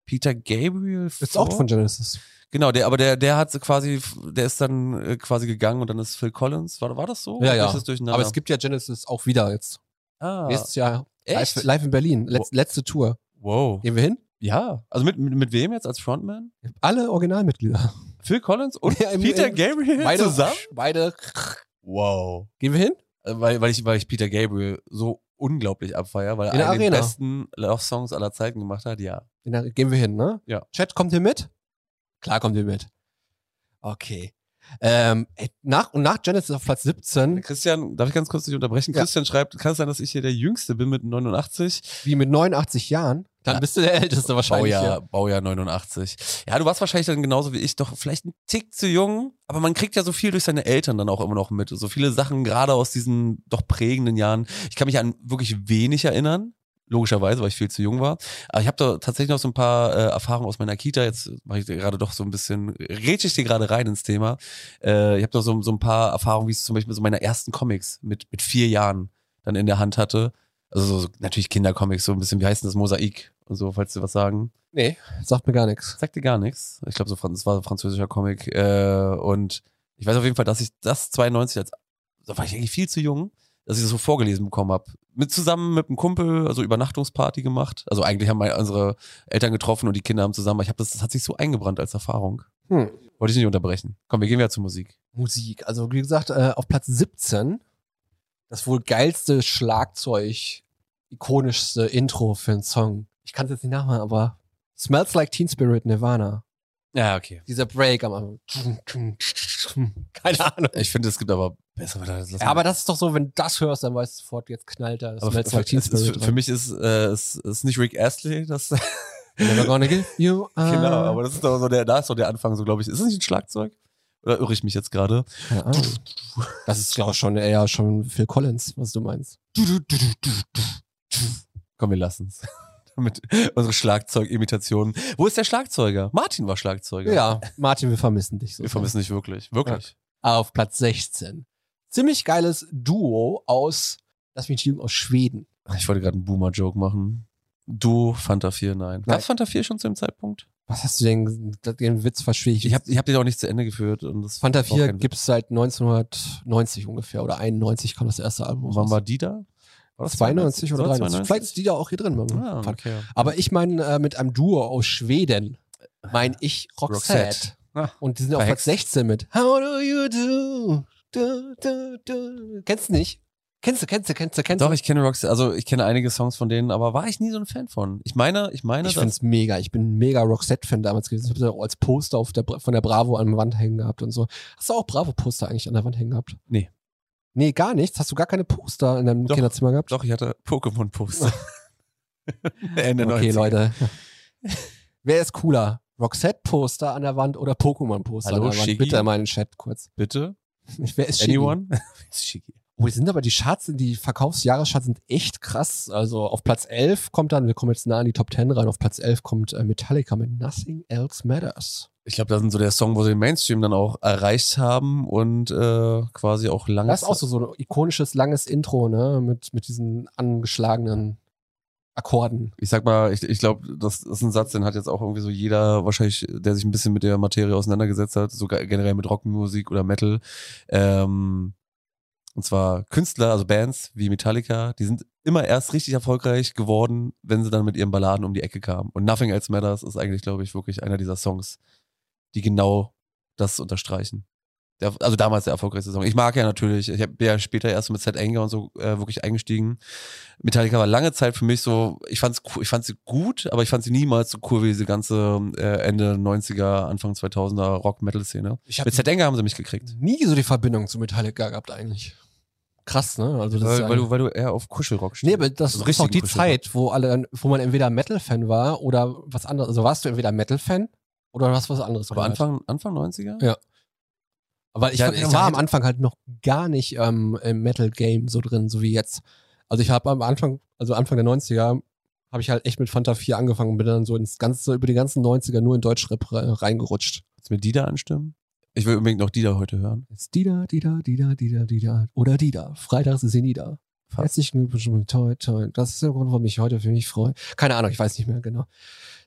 B: Peter Gabriel vor?
A: ist auch von Genesis.
B: Genau, der, aber der, der hat so quasi, der ist dann äh, quasi gegangen und dann ist Phil Collins. War, war das so?
A: Ja,
B: Oder
A: ja.
B: ist das durcheinander?
A: Aber es gibt ja Genesis auch wieder jetzt.
B: ah,
A: Nächstes Jahr.
B: echt?
A: Live, live in Berlin. Letz, letzte Tour.
B: Wow.
A: Gehen wir hin?
B: Ja. Also mit, mit, mit wem jetzt als Frontman?
A: Alle Originalmitglieder.
B: Phil Collins und
A: Ja, im-
B: Peter
A: im-
B: Gabriel zusammen?
A: Beide.
B: Wow.
A: Gehen wir hin?
B: Weil, weil, ich, weil ich Peter Gabriel so unglaublich abfeier, weil
A: In der
B: er den
A: Arena.
B: besten Love-Songs aller Zeiten gemacht hat, ja.
A: In der, gehen wir hin, ne?
B: Ja.
A: Chat, kommt ihr mit? Klar kommt ihr mit. Okay. Ähm, ey, nach, und nach Genesis auf Platz 17,
B: Christian, darf ich ganz kurz dich unterbrechen?
A: Mhm. Ja.
B: Christian schreibt, kann es sein, dass ich hier der Jüngste bin mit 89?
A: wie mit 89 Jahren, Oh dann
B: Ja.
A: bist du der Älteste wahrscheinlich.
B: Baujahr, Baujahr 89. Ja, du warst wahrscheinlich dann genauso wie ich, doch vielleicht ein Tick zu jung, aber man kriegt ja so viel durch seine Eltern dann auch immer noch mit. So viele Sachen, gerade aus diesen doch prägenden Jahren. Ich kann mich an wirklich wenig erinnern. Logischerweise, weil ich viel zu jung war. Aber ich habe da tatsächlich noch so ein paar äh, Erfahrungen aus meiner Kita. Jetzt mache ich dir gerade doch so ein bisschen, rätsch ich dir gerade rein ins Thema. Äh, ich habe da so, so ein paar Erfahrungen, wie es zum Beispiel so meiner ersten Comics mit, mit vier Jahren dann in der Hand hatte. Also so, so, natürlich Kindercomics, so ein bisschen, wie heißt denn das, Mosaik und so, falls dir was sagen.
A: Nee, sagt mir gar nichts.
B: Sagt dir gar nichts. Ich glaube, so Franz- es war ein französischer Comic. Äh, und ich weiß auf jeden Fall, dass ich das 92 als, da war ich eigentlich viel zu jung, dass ich das so vorgelesen bekommen habe. Mit zusammen mit einem Kumpel, also Übernachtungsparty gemacht. Also eigentlich haben meine, unsere Eltern getroffen und die Kinder haben zusammen. Ich habe das, das hat sich so eingebrannt als Erfahrung.
A: Hm.
B: Wollte ich nicht unterbrechen. Komm, wir gehen wieder zur Musik.
A: Musik. Also wie gesagt, äh, auf Platz 17 das wohl geilste Schlagzeug, ikonischste Intro für einen Song. Ich kann es jetzt nicht nachmachen, aber Smells Like Teen Spirit Nirvana.
B: Ja, okay.
A: Dieser Break am Anfang. Keine Ahnung.
B: Ich finde, es gibt aber bessere. das lassen
A: Ja, aber das ist doch so, wenn du das hörst, dann weißt du sofort, jetzt halt also knallt da
B: Aber
A: Smells
B: für,
A: Like Teen
B: es ist,
A: Spirit.
B: für, für mich ist äh, es ist nicht Rick Astley, das
A: Never gonna give you up.
B: genau, aber das ist doch so der, da ist doch der Anfang, so glaube ich. Ist es nicht ein Schlagzeug? Oder irre ich mich jetzt gerade?
A: Keine Ahnung. ah. Das ist, glaube ich, schon eher schon Phil Collins, was du meinst.
B: Komm, wir lassen's. Damit unsere Schlagzeugimitationen. Wo ist der Schlagzeuger? Martin war Schlagzeuger.
A: Ja, Martin, wir vermissen dich so.
B: Wir vermissen dich wirklich. Wirklich.
A: auf Platz 16. Ziemlich geiles Duo aus, lass mich nicht lügen, aus Schweden.
B: Ich wollte gerade einen Boomer-Joke machen. Du, Fanta 4, nein. Gab's Fanta 4 schon zu dem Zeitpunkt?
A: Was hast du denn, den Witz verstehe ich.
B: Ich habe ich hab den auch nicht zu Ende geführt. Und das
A: Fanta
B: war auch
A: 4
B: kein Witz.
A: gibt es seit 1990 ungefähr oder 91 kam das erste Album.
B: Wann
A: raus.
B: war die da? War das
A: 92 oder
B: War das
A: 93? Vielleicht ist die da auch hier drin. man-
B: Ah,
A: Fanta-
B: okay.
A: Aber ich meine äh, mit einem Duo aus Schweden, meine ich Roxette.
B: Roxette. Ah.
A: Und die sind auf Platz
B: Verhext.
A: 16 mit How do you do? Du, du, du. Kennst du nicht? Kennst du, kennst du, kennst du, kennst du?
B: Doch, ich kenne Roxy, also ich kenne einige Songs von denen, aber war ich nie so ein Fan von. Ich meine, ich meine,
A: Ich finde es mega. Ich bin ein mega Roxette-Fan damals gewesen. Ich habe das auch als Poster auf der, Bra- von der Bravo an der Wand hängen gehabt und so. Hast du auch Bravo-Poster eigentlich an der Wand hängen gehabt?
B: Nee.
A: Nee, gar nichts. Hast du gar keine Poster in deinem
B: Doch.
A: Kinderzimmer gehabt?
B: Doch, ich hatte Pokémon-Poster. Ende
A: okay,
B: 90er.
A: Leute. Wer ist cooler? Roxette-Poster an der Wand oder Pokémon-Poster an
B: Hallo,
A: der Wand?
B: Shiggy?
A: Bitte mal in den Chat kurz.
B: Bitte?
A: Wer ist Shiggy?
B: Anyone? Ist Shiggy.
A: Oh, hier sind aber die Charts, die Verkaufsjahrescharts sind echt krass. Also auf Platz 11 kommt dann, wir kommen jetzt nah an die Top 10 rein, auf Platz 11 kommt äh, Metallica mit Nothing Else Matters.
B: Ich glaube, das sind so der Song, wo sie den Mainstream dann auch erreicht haben und äh, quasi auch lange.
A: Das ist auch so, so ein ikonisches, langes Intro, ne? Mit, mit diesen angeschlagenen Akkorden.
B: Ich sag mal, ich, ich glaube, das ist ein Satz, den hat jetzt auch irgendwie so jeder, wahrscheinlich, der sich ein bisschen mit der Materie auseinandergesetzt hat, sogar generell mit Rockmusik oder Metal. Ähm, und zwar Künstler, also Bands wie Metallica, die sind immer erst richtig erfolgreich geworden, wenn sie dann mit ihren Balladen um die Ecke kamen. Und Nothing Else Matters ist eigentlich, glaube ich, wirklich einer dieser Songs, die genau das unterstreichen. Der, also damals der erfolgreichste Song. Ich mag ja natürlich, ich hab- bin ja später erst mit Set Anger und so äh, wirklich eingestiegen. Metallica war lange Zeit für mich so, ich fand's cool, ich fand sie gut, aber ich fand sie niemals so cool wie diese ganze äh, Ende 90er, Anfang 2000er Rock-Metal-Szene.
A: Ich hab
B: Mit Set Anger haben sie mich gekriegt.
A: nie so die Verbindung zu Metallica gehabt eigentlich. Krass, ne? Also das ist
B: Weil, weil,
A: ein-
B: du, weil du eher auf Kuschelrock stehst.
A: Nee, aber das
B: Also
A: ist auch
B: richtigen
A: die
B: Kuschelrock.
A: Zeit, wo alle, dann- wo man entweder Metal-Fan war oder was anderes. Also warst du entweder Metal-Fan oder hast was anderes
B: Aber
A: gehört?
B: Anfang, Anfang 90er?
A: halt Ja. Aber ich,
B: Ja,
A: fand- ich
B: ja,
A: war
B: hätte-
A: am Anfang halt noch gar nicht ähm, im Metal-Game so drin, so wie jetzt. Also ich habe am Anfang, also Anfang der 90er, habe ich halt echt mit Fanta 4 angefangen und bin dann so ins ganze, über die ganzen 90er nur in Deutschrap re- reingerutscht.
B: Willst du mir Dieter anstimmen? Ich will unbedingt noch Dieter heute hören.
A: Jetzt Dida, Dida, Dida, Dida, Dida oder Dida. Freitags ist sie Nida.
B: Fast.
A: Herzlichen Glückwunsch und toi, toi. Das ist der Grund, warum ich heute für mich freue. Keine Ahnung, ich weiß nicht mehr genau.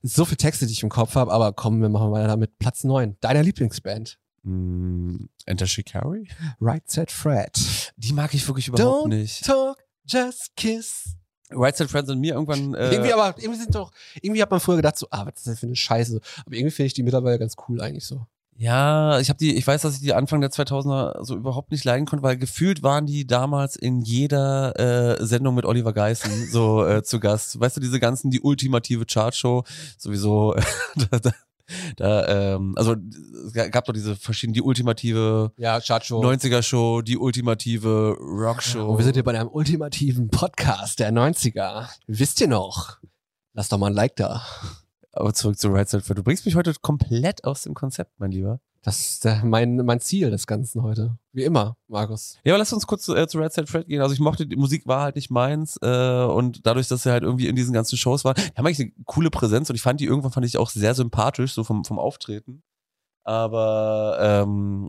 A: So viele Texte, die ich im Kopf habe, aber kommen wir machen weiter mit Platz 9. Deiner Lieblingsband.
B: Mm, Enter Shikari?
A: Right Set Fred.
B: Die mag ich wirklich überhaupt
A: Don't
B: nicht.
A: Talk, just kiss.
B: Right Side Friends sind mir irgendwann. Äh,
A: irgendwie aber, irgendwie sind doch, irgendwie hat man früher gedacht so, ah, was ist das für eine Scheiße. Aber irgendwie finde ich die mittlerweile ganz cool eigentlich so.
B: ja, ich habe die, ich weiß, dass ich die Anfang der 2000er so überhaupt nicht leiden konnte, weil gefühlt waren die damals in jeder äh, Sendung mit Oliver Geissen so äh, zu Gast. Weißt du, diese ganzen, die ultimative Chartshow, sowieso. Äh, da, da, da, ähm, also es gab doch diese verschiedenen, die ultimative
A: Ja, Chacho.
B: 90er-Show, die ultimative Rock-Show.
A: Und wir sind hier bei einem ultimativen Podcast der 90er. Wisst ihr noch? Lasst doch mal ein Like da.
B: Aber zurück zu Right Side Fred. Du bringst mich heute komplett aus dem Konzept, mein Lieber.
A: Das ist äh, mein, mein Ziel des Ganzen heute. Wie immer, Markus.
B: Ja, aber lass uns kurz äh, zu Right Side Fred gehen. Also ich mochte, die Musik war halt nicht meins äh, und dadurch, dass er halt irgendwie in diesen ganzen Shows war, die haben eigentlich eine coole Präsenz und ich fand die irgendwann fand ich auch sehr sympathisch, so vom, vom Auftreten. Aber ähm,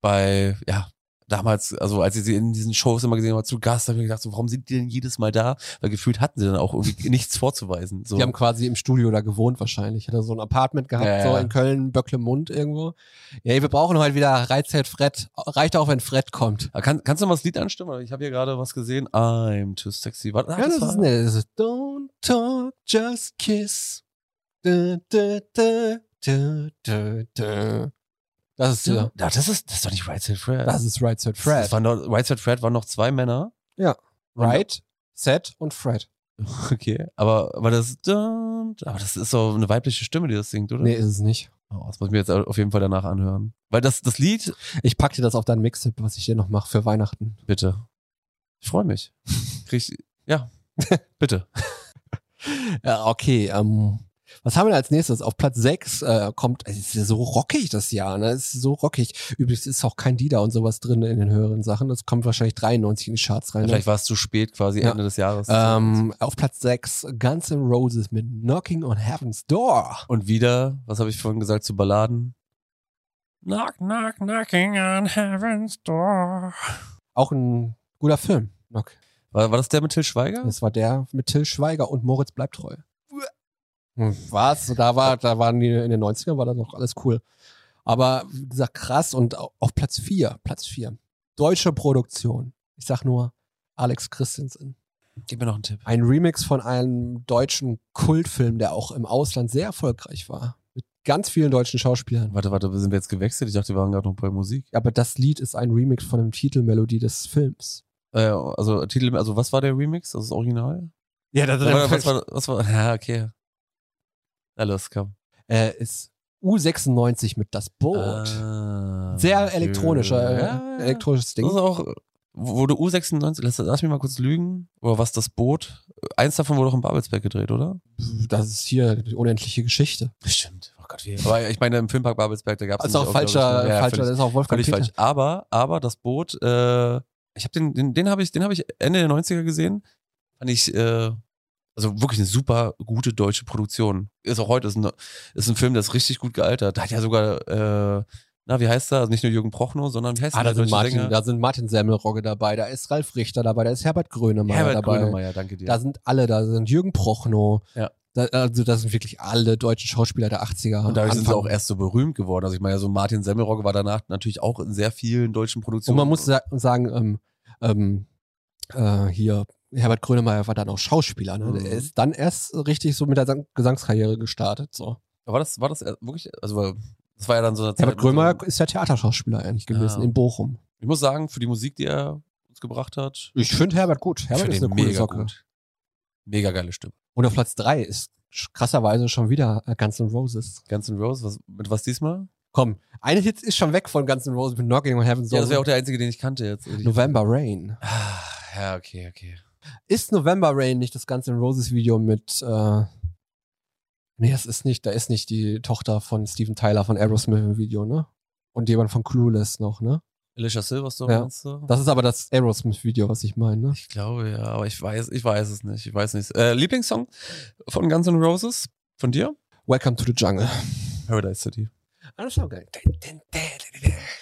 B: bei, ja, damals, also als ich sie in diesen Shows immer gesehen habe, zu Gast, habe ich mir gedacht, so, warum sind die denn jedes Mal da? Weil gefühlt hatten sie dann auch irgendwie nichts vorzuweisen. So.
A: Die haben quasi im Studio da gewohnt wahrscheinlich. Hat er so ein Apartment gehabt,
B: Ja,
A: so
B: ja.
A: in Köln, Böcklemund irgendwo. Ja, wir brauchen heute wieder Reizheld Fred. Reicht auch, wenn Fred kommt.
B: Ah, Kann, kannst du mal das Lied anstimmen? Ich habe hier gerade was gesehen. I'm too sexy. Warte, ah,
A: Ja, das
B: war-
A: ist nett. Das ist Don't talk, just kiss. Da, da, da, da, da, da. Das ist ja.
B: Ja, das ist, das ist doch nicht Right Said Fred.
A: Das ist Right Set
B: Das
A: Fred.
B: waren doch, right Said Fred waren noch zwei Männer.
A: Right, Set und Fred.
B: Okay. Aber, aber das, aber das ist so eine weibliche Stimme, die das singt, oder?
A: Nee, ist es nicht.
B: Oh, das muss ich mir jetzt auf jeden Fall danach anhören. Weil das, das Lied,
A: Ich pack dir das auf deinen Mixtape, was ich dir noch mache für Weihnachten.
B: bitte. Ich freue mich. Krieg, ich- ja. bitte.
A: Ja, okay. Ähm, was haben wir denn als nächstes? Auf Platz 6 äh, kommt, es ist ja so rockig das Jahr, ne? Es ist so rockig. Übrigens ist auch kein Dida und sowas drin in den höheren Sachen. Das kommt wahrscheinlich 93 in die Charts rein. Ne?
B: Vielleicht war es zu spät quasi
A: Ja.
B: Ende des Jahres.
A: Ähm, auf Platz 6 Guns N' Roses mit Knocking on Heaven's Door.
B: Und wieder, was habe ich vorhin gesagt zu Balladen? Knock, knock, knocking on heaven's door.
A: Auch ein guter Film. Knock.
B: War, war das der mit Till Schweiger?
A: Das war der mit Till Schweiger und Moritz bleibt treu. Hm, Was? Da war, da waren die in den 90ern war das noch alles cool. Aber wie gesagt, krass und au- auf Platz 4, Platz 4. Deutsche Produktion. Ich sag nur Alex Christensen.
B: Gib mir noch einen Tipp.
A: Ein Remix von einem deutschen Kultfilm, der auch im Ausland sehr erfolgreich war. Mit ganz vielen deutschen Schauspielern.
B: Warte, warte, sind wir jetzt gewechselt? Ich dachte, wir waren gerade noch bei Musik.
A: Aber das Lied ist ein Remix von dem Titelmelodie des Films.
B: Äh, also Titel, also was war der Remix? Also das Original?
A: Ja, das
B: Oder was war, was war, ja, okay. Na los, komm.
A: äh, ist U96 mit Das Boot.
B: Ah,
A: Sehr elektronischer,
B: Ja, Also-
A: äh, elektronisches Ding.
B: Das ist auch, wurde U96, lass, lass mich mal kurz lügen, oder was, das Boot? Eins davon wurde auch in Babelsberg gedreht, oder?
A: Das ist hier die unendliche Geschichte.
B: Bestimmt. Oh Gott, wie. Aber ich meine, im Filmpark Babelsberg, da gab es
A: Das ist Also auch falscher,
B: ne?
A: falscher, das
B: Völlig,
A: ist auch Wolfgang
B: völlig
A: Peter.
B: falsch. Aber, aber das Boot, äh, ich habe den, den, den habe ich, den habe ich Ende der 90er gesehen. Fand ich, äh, also wirklich eine super gute deutsche Produktion. Ist auch heute, ist ein, ist ein Film, der ist richtig gut gealtert. Da hat ja sogar, äh, na, wie heißt er? Also nicht nur Jürgen Prochnow, sondern wie heißt
A: Ah,
B: der
A: da sind
B: deutsche
A: Martin,
B: Sänger?
A: da sind Martin Semmelrogge dabei, da ist Ralf Richter dabei, da ist Herbert Grönemeyer
B: Herbert
A: dabei.
B: Grönemeyer, danke dir.
A: Da sind alle, da sind Jürgen Prochnow.
B: Ja.
A: Da, also da sind wirklich alle deutschen Schauspieler der 80er.
B: und dadurch sind sie
A: Anfang.
B: auch erst so berühmt geworden. Also ich meine, so Martin Semmelrogge war danach natürlich auch in sehr vielen deutschen
A: Und
B: Produktionen.
A: man muss sa- sagen, ähm, ähm, äh, hier, Herbert Grönemeyer war dann auch Schauspieler. Ne?
B: Mhm.
A: Der ist dann erst richtig so mit der Sang- Gesangskarriere gestartet. So.
B: War das, war das äh, wirklich, also war- Das war ja dann so eine Zeit.
A: Herbert
B: mit so-
A: Grömer ist ja Theaterschauspieler eigentlich gewesen
B: Ah.
A: in Bochum.
B: Ich muss sagen, für die Musik, die er uns gebracht hat,
A: Ich finde Herbert gut. Herbert
B: ich
A: ist eine
B: find ihn
A: coole
B: mega
A: Socke.
B: gut. Mega geile Stimme.
A: Und auf Platz drei ist sch- krasserweise schon wieder äh, Guns N' Roses.
B: Guns N' Roses, was, mit was diesmal?
A: Komm, eine Hit ist schon weg von Guns N' Roses mit Knocking on Heaven's
B: ja,
A: Door.
B: das wäre auch der einzige, den ich kannte jetzt.
A: November Rain.
B: Ah, ja, okay, okay.
A: Ist November Rain nicht das ganze Roses Video mit äh, Nee, das ist nicht, da ist nicht die Tochter von Steven Tyler von Aerosmith im Video, ne? Und jemand von Clueless noch, ne?
B: Alicia Silverstone
A: Ja.
B: meinst du?
A: Das ist aber das Aerosmith Video, was ich meine, ne?
B: Ich glaube ja, aber ich weiß, ich weiß es nicht. Ich weiß nicht. Äh, Lieblingssong von Guns N' Roses? Von dir?
A: Welcome to the Jungle.
B: Paradise City.
A: Ah, das ist auch geil.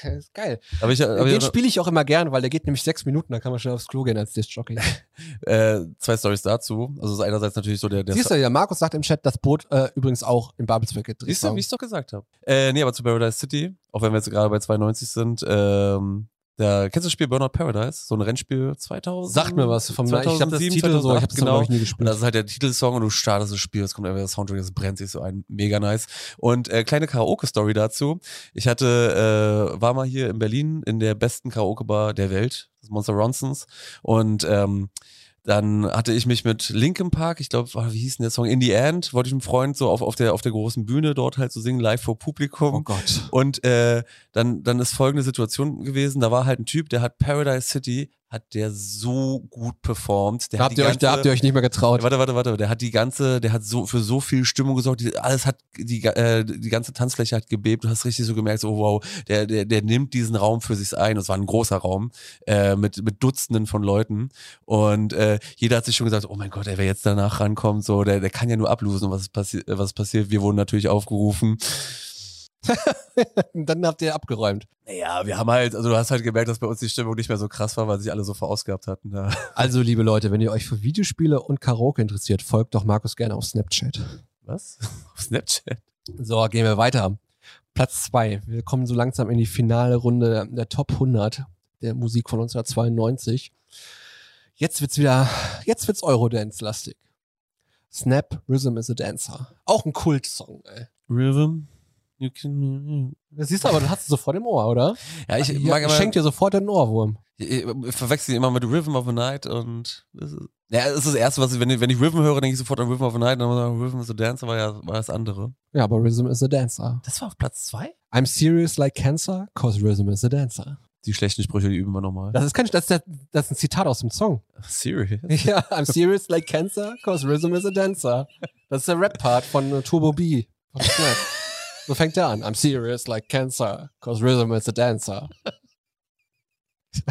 A: Das ist geil.
B: Aber ich, Äh, aber
A: Den
B: ich,
A: spiele ich auch immer gern, weil der geht nämlich sechs Minuten, dann kann man schnell aufs Klo gehen als Disc-Jockey.
B: äh, zwei Stories dazu. Also es ist einerseits natürlich so der, der
A: Siehst du, der Markus sagt im Chat, das Boot äh, übrigens auch in Babelsberg gedreht.
B: Siehst du,
A: war.
B: wie ich doch gesagt habe. Äh, nee, aber zu Paradise City, auch wenn wir jetzt gerade bei 92 sind, ähm, da kennst du das Spiel Burnout Paradise, so ein Rennspiel 2000.
A: Sagt mir was vom Ich habe das
B: 2007,
A: Titel so, ich habe
B: 2008,
A: das
B: genau.
A: genau. ich nie
B: Und
A: gespielt.
B: das ist halt der Titelsong und du startest das Spiel, es kommt einfach der Soundtrack, das brennt sich so ein, mega nice. Und äh, kleine Karaoke-Story dazu. Ich hatte, äh, war mal hier in Berlin in der besten Karaoke-Bar der Welt, das Monster Ronsons. Und ähm, dann hatte ich mich mit Linkin Park, ich glaube, wie hieß denn der Song? In the End, wollte ich einem Freund so auf, auf, der, auf der großen Bühne dort halt so singen, live vor Publikum.
A: oh Gott.
B: Und äh, dann, dann ist folgende Situation gewesen: Da war halt ein Typ, der hat Paradise City, hat der so gut performt. Der
A: Da
B: hat
A: habt,
B: die
A: ihr euch, da
B: ganze-
A: habt ihr euch nicht mehr getraut.
B: Warte, warte, warte. Der hat die ganze, der hat so für so viel Stimmung gesorgt. Die, alles hat die ga- äh, die ganze Tanzfläche hat gebebt. Du hast richtig so gemerkt, so oh, wow, der der der nimmt diesen Raum für sich ein. Und es war ein großer Raum äh, mit mit Dutzenden von Leuten und äh, jeder hat sich schon gesagt, oh mein Gott, ey, wer jetzt danach rankommt, so der der kann ja nur ablosen, was ist passi äh, was passiert. Wir wurden natürlich aufgerufen.
A: Und Dann habt ihr abgeräumt.
B: Naja, wir haben halt, also du hast halt gemerkt, dass bei uns die Stimmung nicht mehr so krass war, weil sich alle so verausgabt hatten. Da.
A: Also, liebe Leute, wenn ihr euch für Videospiele und Karaoke interessiert, folgt doch Markus gerne auf Snapchat.
B: Was? Auf Snapchat?
A: So, gehen wir weiter. Platz zwei. Wir kommen so langsam in die finale Runde der, der Top 100 der Musik von 1992. Jetzt wird's wieder, jetzt wird's Eurodance-lastig. Snap Rhythm is a Dancer. Auch ein Kultsong, ey.
B: Rhythm. You can Ah,
A: Das siehst du aber, das hast du sofort im Ohr, oder?
B: Ja, ich
A: Ja,
B: mag immer,
A: schenk dir sofort den Ohrwurm.
B: ich, ich verwechsel die immer mit Rhythm of the Night und das ist, ja, das ist das erste, was ich, wenn ich, wenn ich Rhythm höre, denke ich sofort an Rhythm of the Night und dann muss ich sagen, Rhythm is a Dance, war ja war das andere.
A: Ja, aber Rhythm is a Dancer.
B: Das war auf Platz zwei?
A: I'm serious like cancer, cause Rhythm is a Dancer.
B: Die schlechten Sprüche, die üben wir nochmal.
A: Das ist kein, das ist, der- das ist ein Zitat aus dem Song.
B: Serious?
A: Ja, I'm serious like cancer, cause rhythm is a dancer. Das ist der Rap-Part von äh, Turbo B. Von Snap. so fängt er an. I'm serious like cancer, cause rhythm is a dancer.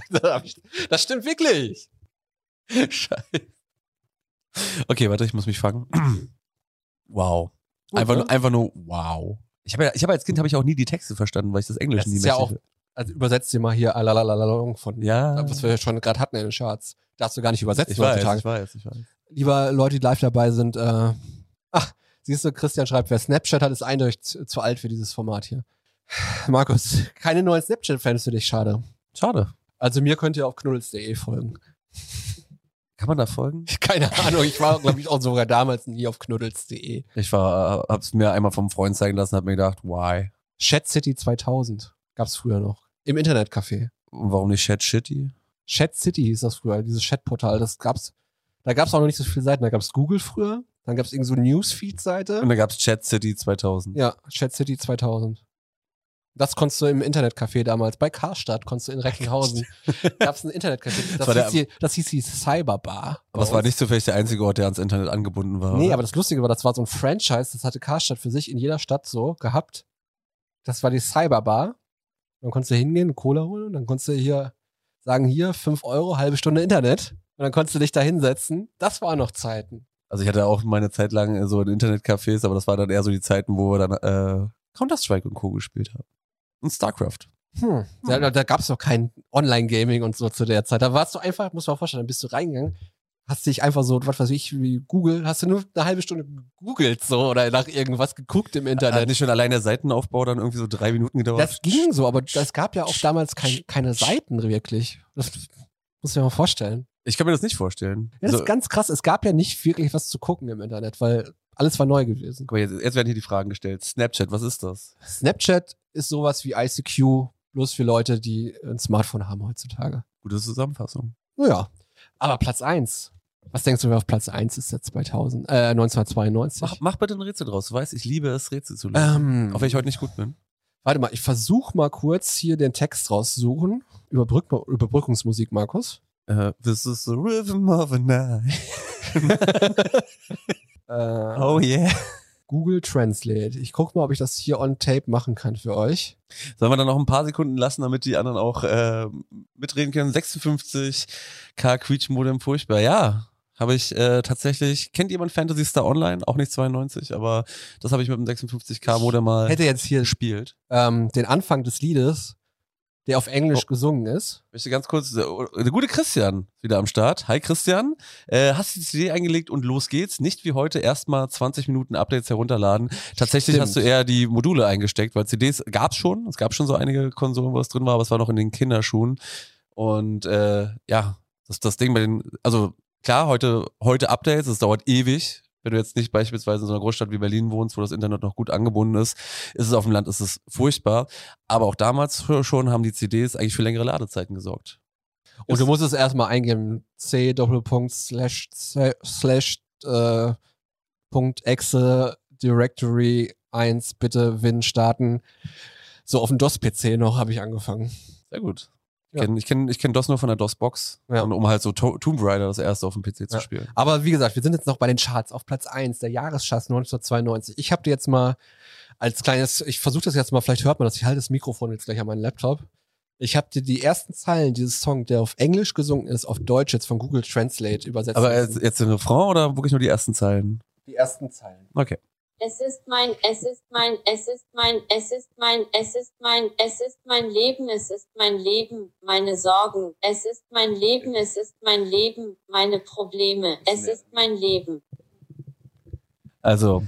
A: Das hab ich- das stimmt wirklich.
B: Scheiße. Okay, warte, ich muss mich fangen. Wow. Einfach, nur, einfach nur wow. Ich habe ja, ich hab als Kind habe ich auch nie die Texte verstanden, weil ich das Englisch
A: das
B: nie
A: ist ja auch,
B: mächtig-
A: also übersetzt dir mal hier Alalalalong von,
B: Ja.
A: was wir ja schon gerade hatten in den Charts. Darfst du gar nicht übersetzen
B: Ich weiß,
A: heutzutage.
B: ich weiß, ich weiß.
A: Lieber Leute, die live dabei sind, äh, ach, siehst du, Christian schreibt, wer Snapchat hat, ist eindeutig zu, zu alt für dieses Format hier. Markus, keine neuen Snapchat-Fans für dich, schade.
B: Schade.
A: Also mir könnt ihr auf knuddels.de folgen.
B: Kann man da folgen?
A: Keine Ahnung, ich war, glaube ich, auch sogar damals nie auf knuddels.de.
B: Ich war, hab's mir einmal vom Freund zeigen lassen, hab mir gedacht, why?
A: Chat City 2000 gab's früher noch. Im Internetcafé.
B: Und warum nicht Chat Shitty?
A: Chat City hieß das früher, dieses Chatportal. Das gab's, da gab's auch noch nicht so viele Seiten. Da gab's Google früher, dann gab's irgend so
B: Und
A: Newsfeed-Seite.
B: dann gab's Chat City 2000.
A: Ja, Chat City 2000. Das konntest du im Internetcafé damals. Bei Karstadt konntest du in Recklinghausen. gab's ein Internetcafé. Das,
B: war der-
A: hieß, die, das hieß die Cyberbar.
B: Aber es war nicht zufällig der einzige Ort, der ans Internet angebunden war.
A: Nee,
B: oder?
A: aber das Lustige war, das war so ein Franchise, das hatte Karstadt für sich in jeder Stadt so gehabt. Das war die Cyberbar. Dann konntest du hingehen, eine Cola holen und dann konntest du hier sagen, hier 5 Euro, halbe Stunde Internet. Und dann konntest du dich da hinsetzen. Das waren noch Zeiten.
B: Also ich hatte auch meine Zeit lang äh, so in Internetcafés, aber das war dann eher so die Zeiten, wo wir dann äh, Counter-Strike und Co. gespielt haben. Und StarCraft.
A: Hm. Da, da gab es noch kein Online-Gaming und so zu der Zeit. Da warst du einfach, muss man vorstellen, dann bist du reingegangen, hast dich einfach so, was weiß ich, wie Google, hast du nur eine halbe Stunde gegoogelt so oder nach irgendwas geguckt im
B: Da hat
A: Internet.
B: nicht schon allein der Seitenaufbau dann irgendwie so drei Minuten gedauert.
A: Das ging so, aber es gab ja auch damals kein, keine Seiten wirklich. Das muss ich mir mal vorstellen.
B: Ich kann mir das nicht vorstellen.
A: Ja, das
B: Also,
A: ist ganz krass. Es gab ja nicht wirklich was zu gucken im Internet, weil Alles war neu gewesen.
B: Guck mal, jetzt, jetzt werden hier die Fragen gestellt. Snapchat, was ist das?
A: Snapchat ist sowas wie ICQ, bloß für Leute, die ein Smartphone haben heutzutage.
B: Gute Zusammenfassung.
A: Naja. Aber Platz 1. Was denkst du, wer auf Platz 1 ist seit 2000, äh, 1992?
B: Mach, mach bitte ein Rätsel draus. Du weißt, ich liebe es, Rätsel zu lösen.
A: ähm,
B: Auch wenn ich heute nicht gut bin.
A: warte mal, ich versuche mal kurz hier den Text rauszusuchen. Überbrück, Überbrückungsmusik, Markus.
B: Äh, this is the rhythm of a night.
A: Äh,
B: Oh yeah.
A: Google Translate. Ich gucke mal, ob ich das hier on tape machen kann für euch.
B: Sollen wir dann noch ein paar Sekunden lassen, damit die anderen auch äh, mitreden können? 56k Quietschmodem, furchtbar. Ja, habe ich äh, tatsächlich. Kennt jemand Fantasy Star Online? Auch nicht 92, aber das habe ich mit dem 56k Modem mal
A: Hätte jetzt hier
B: gespielt.
A: ähm, den Anfang des Liedes, der auf Englisch
B: Oh.
A: gesungen ist.
B: Ich möchte ganz kurz, der, der gute Christian wieder am Start. Hi Christian, äh, hast die CD eingelegt und los geht's. Nicht wie heute erstmal 20 Minuten Updates herunterladen. Tatsächlich
A: Stimmt.
B: hast du eher die Module eingesteckt, weil CDs gab's schon. Es gab schon so einige Konsolen, wo es drin war, aber es war noch in den Kinderschuhen. Und äh, ja, das, das Ding bei den, also klar, heute, heute Updates, es dauert ewig. Wenn du jetzt nicht beispielsweise in so einer Großstadt wie Berlin wohnst, wo das Internet noch gut angebunden ist, ist es auf dem Land, ist es furchtbar. Aber auch damals schon haben die CDs eigentlich für längere Ladezeiten gesorgt.
A: Und du musst es erstmal eingeben. C Doppelpunkt slash slash äh, Punkt Exe Directory 1 bitte Win starten. So auf dem DOS-PC noch habe ich angefangen.
B: Sehr gut. Ich
A: Ja.
B: kenn- Ich kenne ich kenn DOS nur von der DOS-Box,
A: Ja.
B: und um halt so to Tomb Raider das erste auf dem PC zu
A: Ja.
B: spielen.
A: Aber wie gesagt, wir sind jetzt noch bei den Charts auf Platz 1, der Jahrescharts 1992. Ich habe dir jetzt mal als kleines, ich versuche das jetzt mal, vielleicht hört man das, ich halte das Mikrofon jetzt gleich an meinen Laptop. Ich habe dir die ersten Zeilen dieses Song, der auf Englisch gesungen ist, auf Deutsch jetzt von Google Translate übersetzt.
B: Aber
A: lassen.
B: jetzt, jetzt den Refrain oder wirklich nur die ersten Zeilen?
A: die ersten Zeilen.
B: Okay.
E: Es ist mein, es ist mein, es ist mein, es ist mein, es ist mein, es ist mein Leben, es ist mein Leben, meine Sorgen, es ist mein Leben, es ist mein Leben, meine Probleme, es ist mein Leben.
B: Also,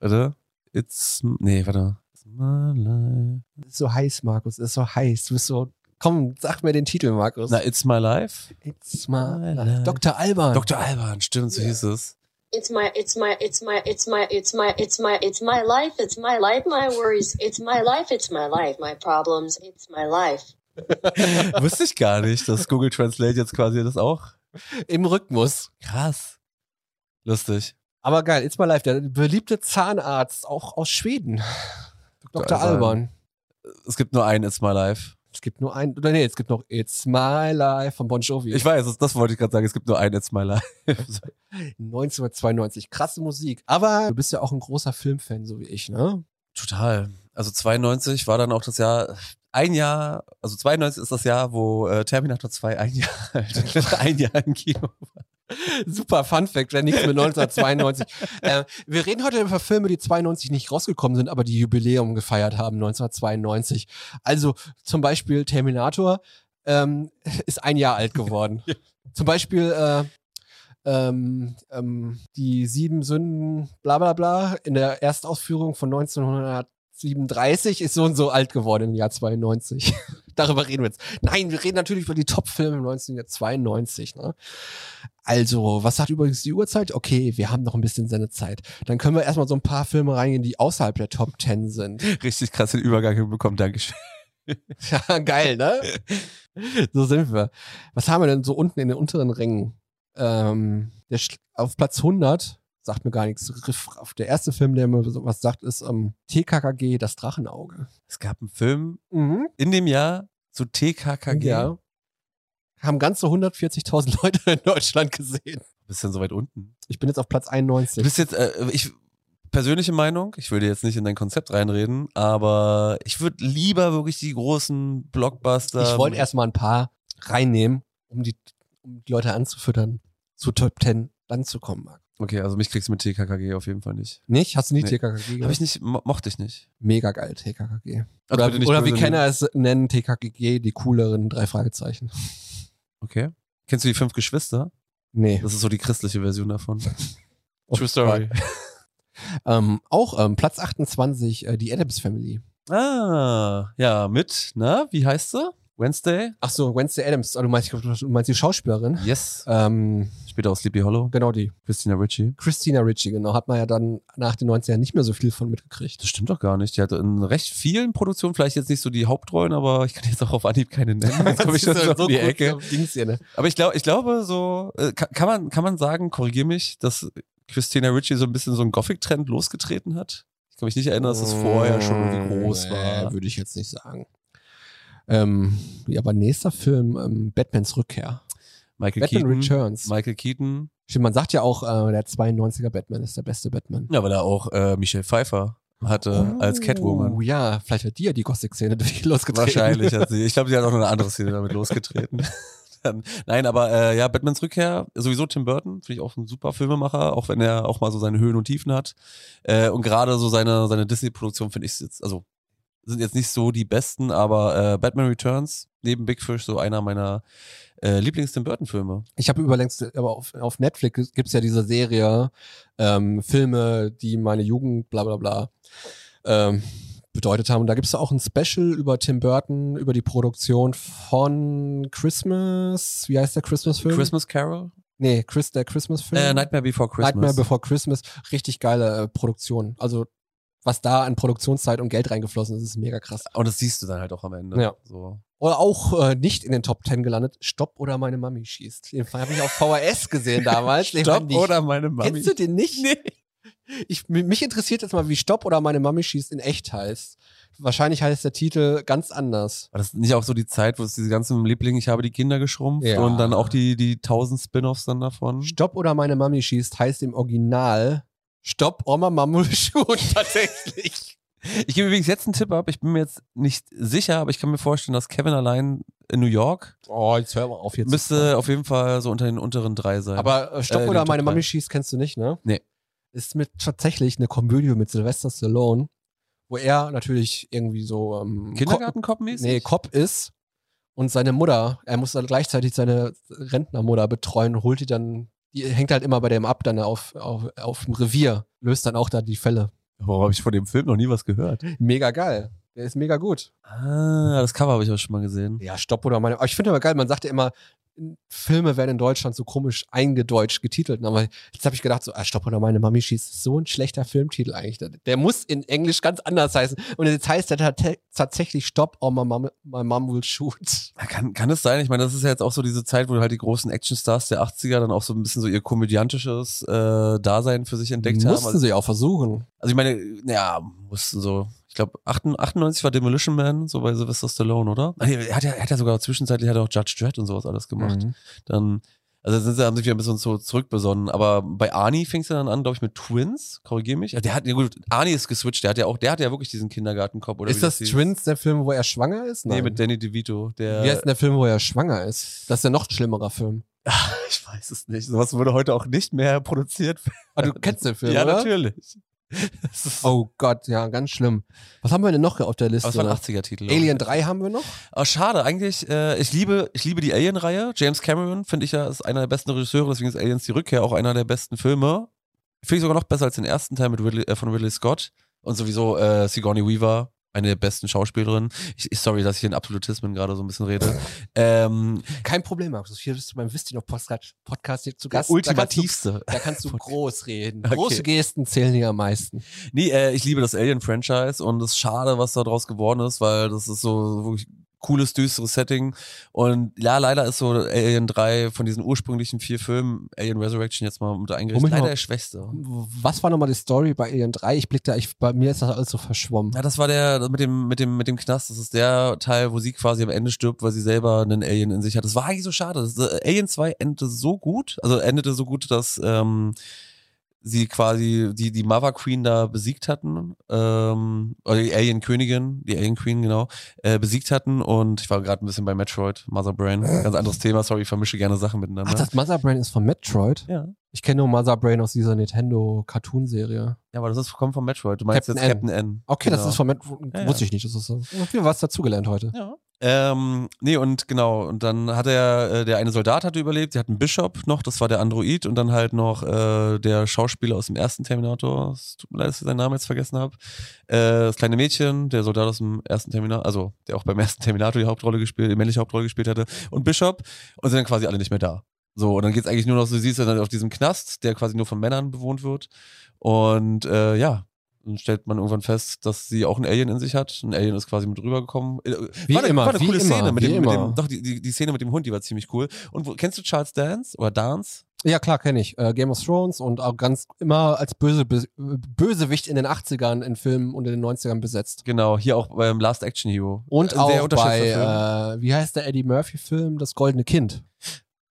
B: warte. It's, nee, warte. It's my life.
A: Es ist so heiß, Markus, es ist so heiß. Du bist so, komm, sag mir den Titel, Markus.
B: Na, It's My Life?
A: It's my
B: Nein,
A: life.
B: nein.
A: Dr. Alban.
B: Dr. Alban, stimmt, so hieß es.
E: It's my, it's my, it's my, it's my, it's my, it's my, it's my life, it's my life, my worries, it's my life, it's my life, my problems, it's my life.
B: Wusste ich gar nicht, dass Google Translate jetzt quasi das auch.
A: Im Rhythmus.
B: Krass. Lustig.
A: Aber geil, It's My Life, der beliebte Zahnarzt, auch aus Schweden. Dr. Alban.
B: Es gibt nur einen It's My Life.
A: Es gibt nur ein, oder nee, es gibt noch It's My Life von Bon Jovi.
B: Ich weiß, das, das wollte ich gerade sagen, es gibt nur einen It's My Life.
A: 1992, krasse Musik. Aber du bist ja auch ein großer Filmfan, so wie ich, ne?
B: Total. Also 92 war dann auch das Jahr, ein Jahr, also 92 ist das Jahr, wo äh, Terminator 2 ein Jahr alt, ein Jahr im Kino.
A: Super Fun Fact, wenn nichts mit 1992. äh, wir reden heute über Filme, die 92 nicht rausgekommen sind, aber die Jubiläum gefeiert haben, 1992. Also zum Beispiel Terminator ähm, ist ein Jahr alt geworden. Zum Beispiel äh, ähm, ähm, die sieben Sünden, bla bla bla, in der Erstausführung von 1937 ist so und so alt geworden im Jahr 92. Darüber reden wir jetzt. Nein, wir reden natürlich über die Top-Filme 1992. Ne? Also, was sagt übrigens die Uhrzeit? Okay, wir haben noch ein bisschen Sendezeit. Dann können wir erstmal so ein paar Filme reingehen, die außerhalb der Top 10 sind.
B: Richtig krass den Übergang hinbekommen, Dankeschön.
A: Ja, geil, ne? So sind wir. Was haben wir denn so unten in den unteren Rängen? Ähm, der Sch- auf Platz 100 sagt mir gar nichts. Riff- Auf der erste Film, der mir so was sagt, ist ähm, TKKG, das Drachenauge.
B: Es gab einen Film
A: Mhm.
B: in dem Jahr zu TKKG.
A: Ja. Haben ganze 140.000 Leute in Deutschland gesehen.
B: Bisschen so weit unten.
A: Ich bin jetzt auf Platz
B: Du
A: 91.
B: bist jetzt, äh, ich, persönliche Meinung, ich würde jetzt nicht in dein Konzept reinreden, aber ich würde lieber wirklich die großen Blockbuster.
A: Ich wollte erstmal ein paar reinnehmen, um die, um die Leute anzufüttern, zu Top 10 dann zu kommen, Marc.
B: Okay, also mich kriegst du mit TKKG auf jeden Fall nicht.
A: Nicht? Hast du nie
B: Nee.
A: TKKG
B: Hab
A: gemacht?
B: ich nicht, mo mochte ich nicht.
A: Mega geil, TKKG.
B: Also
A: Oder,
B: bitte nicht
A: oder wie
B: böse nehmen.
A: Kenner es nennen, TKKG, die cooleren drei Fragezeichen.
B: Okay. Kennst du die fünf Geschwister?
A: Nee.
B: Das ist so die christliche Version davon. True Story.
A: Ähm, auch ähm, Platz 28, äh, die Adams Family.
B: Ah, ja, mit, na, wie heißt sie? Wednesday?
A: Ach so, Wednesday Adams. Oh, du, meinst, du meinst die Schauspielerin?
B: Yes.
A: Ähm,
B: Später aus Sleepy Hollow.
A: genau die.
B: Christina Ritchie.
A: Christina Ricci, genau. Hat man ja dann nach den 90ern nicht mehr so viel von mitgekriegt.
B: Das stimmt doch gar nicht. Die hatte in recht vielen Produktionen, vielleicht jetzt nicht so die Hauptrollen, aber ich kann jetzt auch auf Anhieb keine nennen. Jetzt komme ich schon
A: halt
B: so um die Ecke.
A: Ging's ihr, ne?
B: Aber ich, glaub, ich glaube, so äh, kann, kann, man, kann man sagen, korrigier mich, dass Christina Ritchie so ein bisschen so einen Gothic-Trend losgetreten hat? Ich kann mich nicht erinnern, dass das vorher schon irgendwie groß war.
A: Oh, Würde ich jetzt nicht sagen. Ähm, ja, aber nächster Film, ähm, Batmans Rückkehr.
B: Michael
A: Batman
B: Keaton.
A: Returns.
B: Michael Keaton.
A: Stimmt, man sagt ja auch, äh, der 92er Batman ist der beste Batman.
B: Ja, weil er auch äh, Michelle Pfeiffer hatte als Catwoman.
A: Oh, ja, vielleicht hat die ja die Gothic-Szene durch- losgetreten.
B: Wahrscheinlich hat sie. Ich glaube, sie hat auch noch eine andere Szene damit losgetreten. Dann, nein, aber äh, ja, Batmans Rückkehr, sowieso Tim Burton, finde ich auch ein super Filmemacher, auch wenn er auch mal so seine Höhen und Tiefen hat. Äh, und gerade so seine, seine Disney-Produktion finde ich jetzt, also sind jetzt nicht so die besten, aber äh, Batman Returns, neben Big Fish, so einer meiner äh, Lieblings-Tim Burton-Filme.
A: Ich habe überlängst, aber auf, auf Netflix gibt's ja diese Serie, ähm, Filme, die meine Jugend, bla bla bla, ähm, bedeutet haben. Und da gibt's auch ein Special über Tim Burton, über die Produktion von Christmas, wie heißt der Christmas-Film?
B: Christmas Carol?
A: nee, Chris, der Christmas-Film.
B: Äh, Nightmare Before Christmas.
A: Nightmare Before Christmas. Richtig geile äh, Produktion. Also, was da an Produktionszeit und Geld reingeflossen ist, ist mega krass.
B: und das siehst du dann halt auch am Ende.
A: Ja.
B: So.
A: Oder auch äh, nicht in den Top Ten gelandet, Stopp oder meine Mami schießt. Den Fall habe ich auf VHS gesehen damals. Den fand ich-
B: meine
A: Kennst du den nicht? Nee. Ich, mi- mich interessiert jetzt mal, wie Stopp oder meine Mami schießt in echt heißt. Wahrscheinlich heißt der Titel ganz anders.
B: War das nicht auch so die Zeit, wo es diese ganzen Liebling, ich habe die Kinder geschrumpft
A: Ja.
B: und dann auch die, die tausend Spin-offs dann davon?
A: Stopp oder meine Mami schießt heißt im Original Stopp Oma Mammel schon tatsächlich.
B: Ich gebe übrigens jetzt einen Tipp ab. Ich bin mir jetzt nicht sicher, aber ich kann mir vorstellen, dass Kevin allein in New York
A: Oh, jetzt hör mal auf jetzt.
B: müsste auf jeden Fall so unter den unteren drei sein.
A: Aber äh, Stopp
B: Äh,
A: oder
B: die
A: meine
B: Top
A: Mami
B: drei.
A: schießt kennst du nicht, ne?
B: Nee.
A: Ist mit tatsächlich eine Komödie mit Sylvester Stallone, wo er natürlich irgendwie so ähm,
B: Kindergartenkopfmäßig?
A: nee, Cop ist und seine Mutter, er muss dann gleichzeitig seine Rentnermutter betreuen, holt die dann, die hängt halt immer bei dem ab, dann auf, auf, auf dem Revier, löst dann auch da die Fälle.
B: Warum habe ich von dem Film noch nie was gehört?
A: Mega geil. Der ist mega gut.
B: Ah, das Cover habe ich auch schon mal gesehen.
A: Ja, stopp oder meine. Aber ich finde aber geil, man sagt ja immer, Filme werden in Deutschland so komisch eingedeutscht getitelt. ne? Aber jetzt habe ich gedacht, so, ah, stopp oder meine Mami schießt, ist so ein schlechter Filmtitel eigentlich. Der, der muss in Englisch ganz anders heißen. Und jetzt heißt der tate- tatsächlich Stopp or my mom, my mom will shoot.
B: Kann, kann es sein? Ich meine, das ist ja jetzt auch so diese Zeit, wo halt die großen Actionstars der 80er dann auch so ein bisschen so ihr komödiantisches äh, Dasein für sich entdeckt haben.
A: Mussten
B: Also-
A: sie auch versuchen.
B: Also ich meine, ja, mussten so. Ich glaube, 98 war Demolition Man, so bei Sylvester Stallone, oder? Ah, nee, Er hat ja, er hat ja sogar zwischenzeitlich hat er auch Judge Dredd und sowas alles gemacht. Dann, also sind sie, haben sich wieder ein bisschen so zurückbesonnen. Aber bei Arnie fing es ja dann an, glaube ich, mit Twins, korrigier mich. Ja, Der hat, ja gut, Arnie ist geswitcht, der hat ja auch, der hat ja wirklich diesen Kindergartenkopf, oder? wie
A: ist das
B: hieß?
A: Twins der Film, wo er schwanger ist?
B: Nee, mit Danny DeVito, der.
A: Wie heißt denn der Film, wo er schwanger ist? Das ist ja noch ein schlimmerer Film.
B: ich weiß es nicht. Sowas wurde heute auch nicht mehr produziert.
A: Ah, du kennst den Film,
B: ja,
A: oder?
B: natürlich. Das ist,
A: Oh Gott, ja, ganz schlimm. Was haben wir denn noch auf der
B: aber
A: Liste?
B: es war ein 80er-Titel.
A: Alien 3 haben wir noch?
B: Oh, schade, eigentlich, äh, ich, liebe, ich liebe die Alien-Reihe. James Cameron, finde ich ja, ist einer der besten Regisseure, deswegen ist Aliens die Rückkehr auch einer der besten Filme. Finde ich sogar noch besser als den ersten Teil mit Ridley, äh, von Ridley Scott. Und sowieso äh, Sigourney Weaver, eine der besten Schauspielerinnen. Ich, ich, sorry, dass ich hier in Absolutismen gerade so ein bisschen rede. ähm,
A: Kein Problem, Markus. Hier bist du beim Wistinov-Podcast hier zu
B: der
A: Gast.
B: ultimativste.
A: Da kannst du, da kannst du groß reden.
B: Okay.
A: Große Gesten zählen hier am meisten.
B: Nee, äh, ich liebe das Alien-Franchise und es ist schade, was da draus geworden ist, weil das ist so wirklich cooles, düsteres Setting. Und ja, leider ist so Alien 3 von diesen ursprünglichen vier Filmen, Alien Resurrection jetzt mal mit eingerichtet,
A: Moment
B: leider
A: mal.
B: der schwächste.
A: Was war nochmal die Story bei Alien 3? Ich blick da, ich, bei mir ist das alles so verschwommen.
B: Ja, das war der mit dem, mit dem, mit dem Knast. Das ist der Teil, wo sie quasi am Ende stirbt, weil sie selber einen Alien in sich hat. Das war eigentlich so schade. Das, äh, Alien 2 endete so gut, also endete so gut, dass ähm, sie quasi die, die Mother Queen da besiegt hatten. Ähm, oder die Alien Königin, die Alien Queen, genau, äh, besiegt hatten. Und ich war gerade ein bisschen bei Metroid, Mother Brain. Ganz anderes Thema, sorry, ich vermische gerne Sachen miteinander.
A: Äh. Ach, das Mother Brain ist von Metroid?
B: ja.
A: Ich kenne nur Mother Brain aus dieser Nintendo-Cartoon-Serie.
B: ja, aber das ist, kommt von Metroid. Du meinst
A: Captain
B: jetzt
A: N.
B: Captain N.
A: Okay, das
B: Genau.
A: ist von Met
B: Ja, ja.
A: wusste ich nicht. Das ist so. Viel was dazugelernt heute.
B: Ja. Ähm, nee, und genau, und dann hat er, äh, der eine Soldat hatte überlebt, die hatten Bishop noch, das war der Android, und dann halt noch äh, der Schauspieler aus dem ersten Terminator, es tut mir leid, dass ich seinen Namen jetzt vergessen habe, äh, das kleine Mädchen, der Soldat aus dem ersten Terminator, also der auch beim ersten Terminator die Hauptrolle gespielt, die männliche Hauptrolle gespielt hatte, und Bishop, und sind dann quasi alle nicht mehr da. So, und dann geht's eigentlich nur noch, so siehst du dann halt auf diesem Knast, der quasi nur von Männern bewohnt wird. Und äh, ja, dann stellt man irgendwann fest, dass sie auch ein Alien in sich hat. Ein Alien ist quasi mit rübergekommen. Äh,
A: Wie
B: war eine,
A: immer,
B: war eine
A: wie
B: coole
A: immer,
B: Szene mit
A: wie
B: dem, mit
A: immer.
B: dem doch die, die, die Szene mit dem Hund, die war ziemlich cool. Und wo, kennst du Charles Dance oder Dance?
A: Ja, klar, kenne ich. Äh, Game of Thrones und auch ganz immer als böse, Bö- Bösewicht in den 80ern in Filmen und in den 90ern besetzt.
B: Genau, hier auch beim Last Action Hero.
A: Und
B: Ein
A: auch bei,
B: unterschätzter Film.
A: äh, wie heißt der Eddie Murphy-Film? Das Goldene Kind.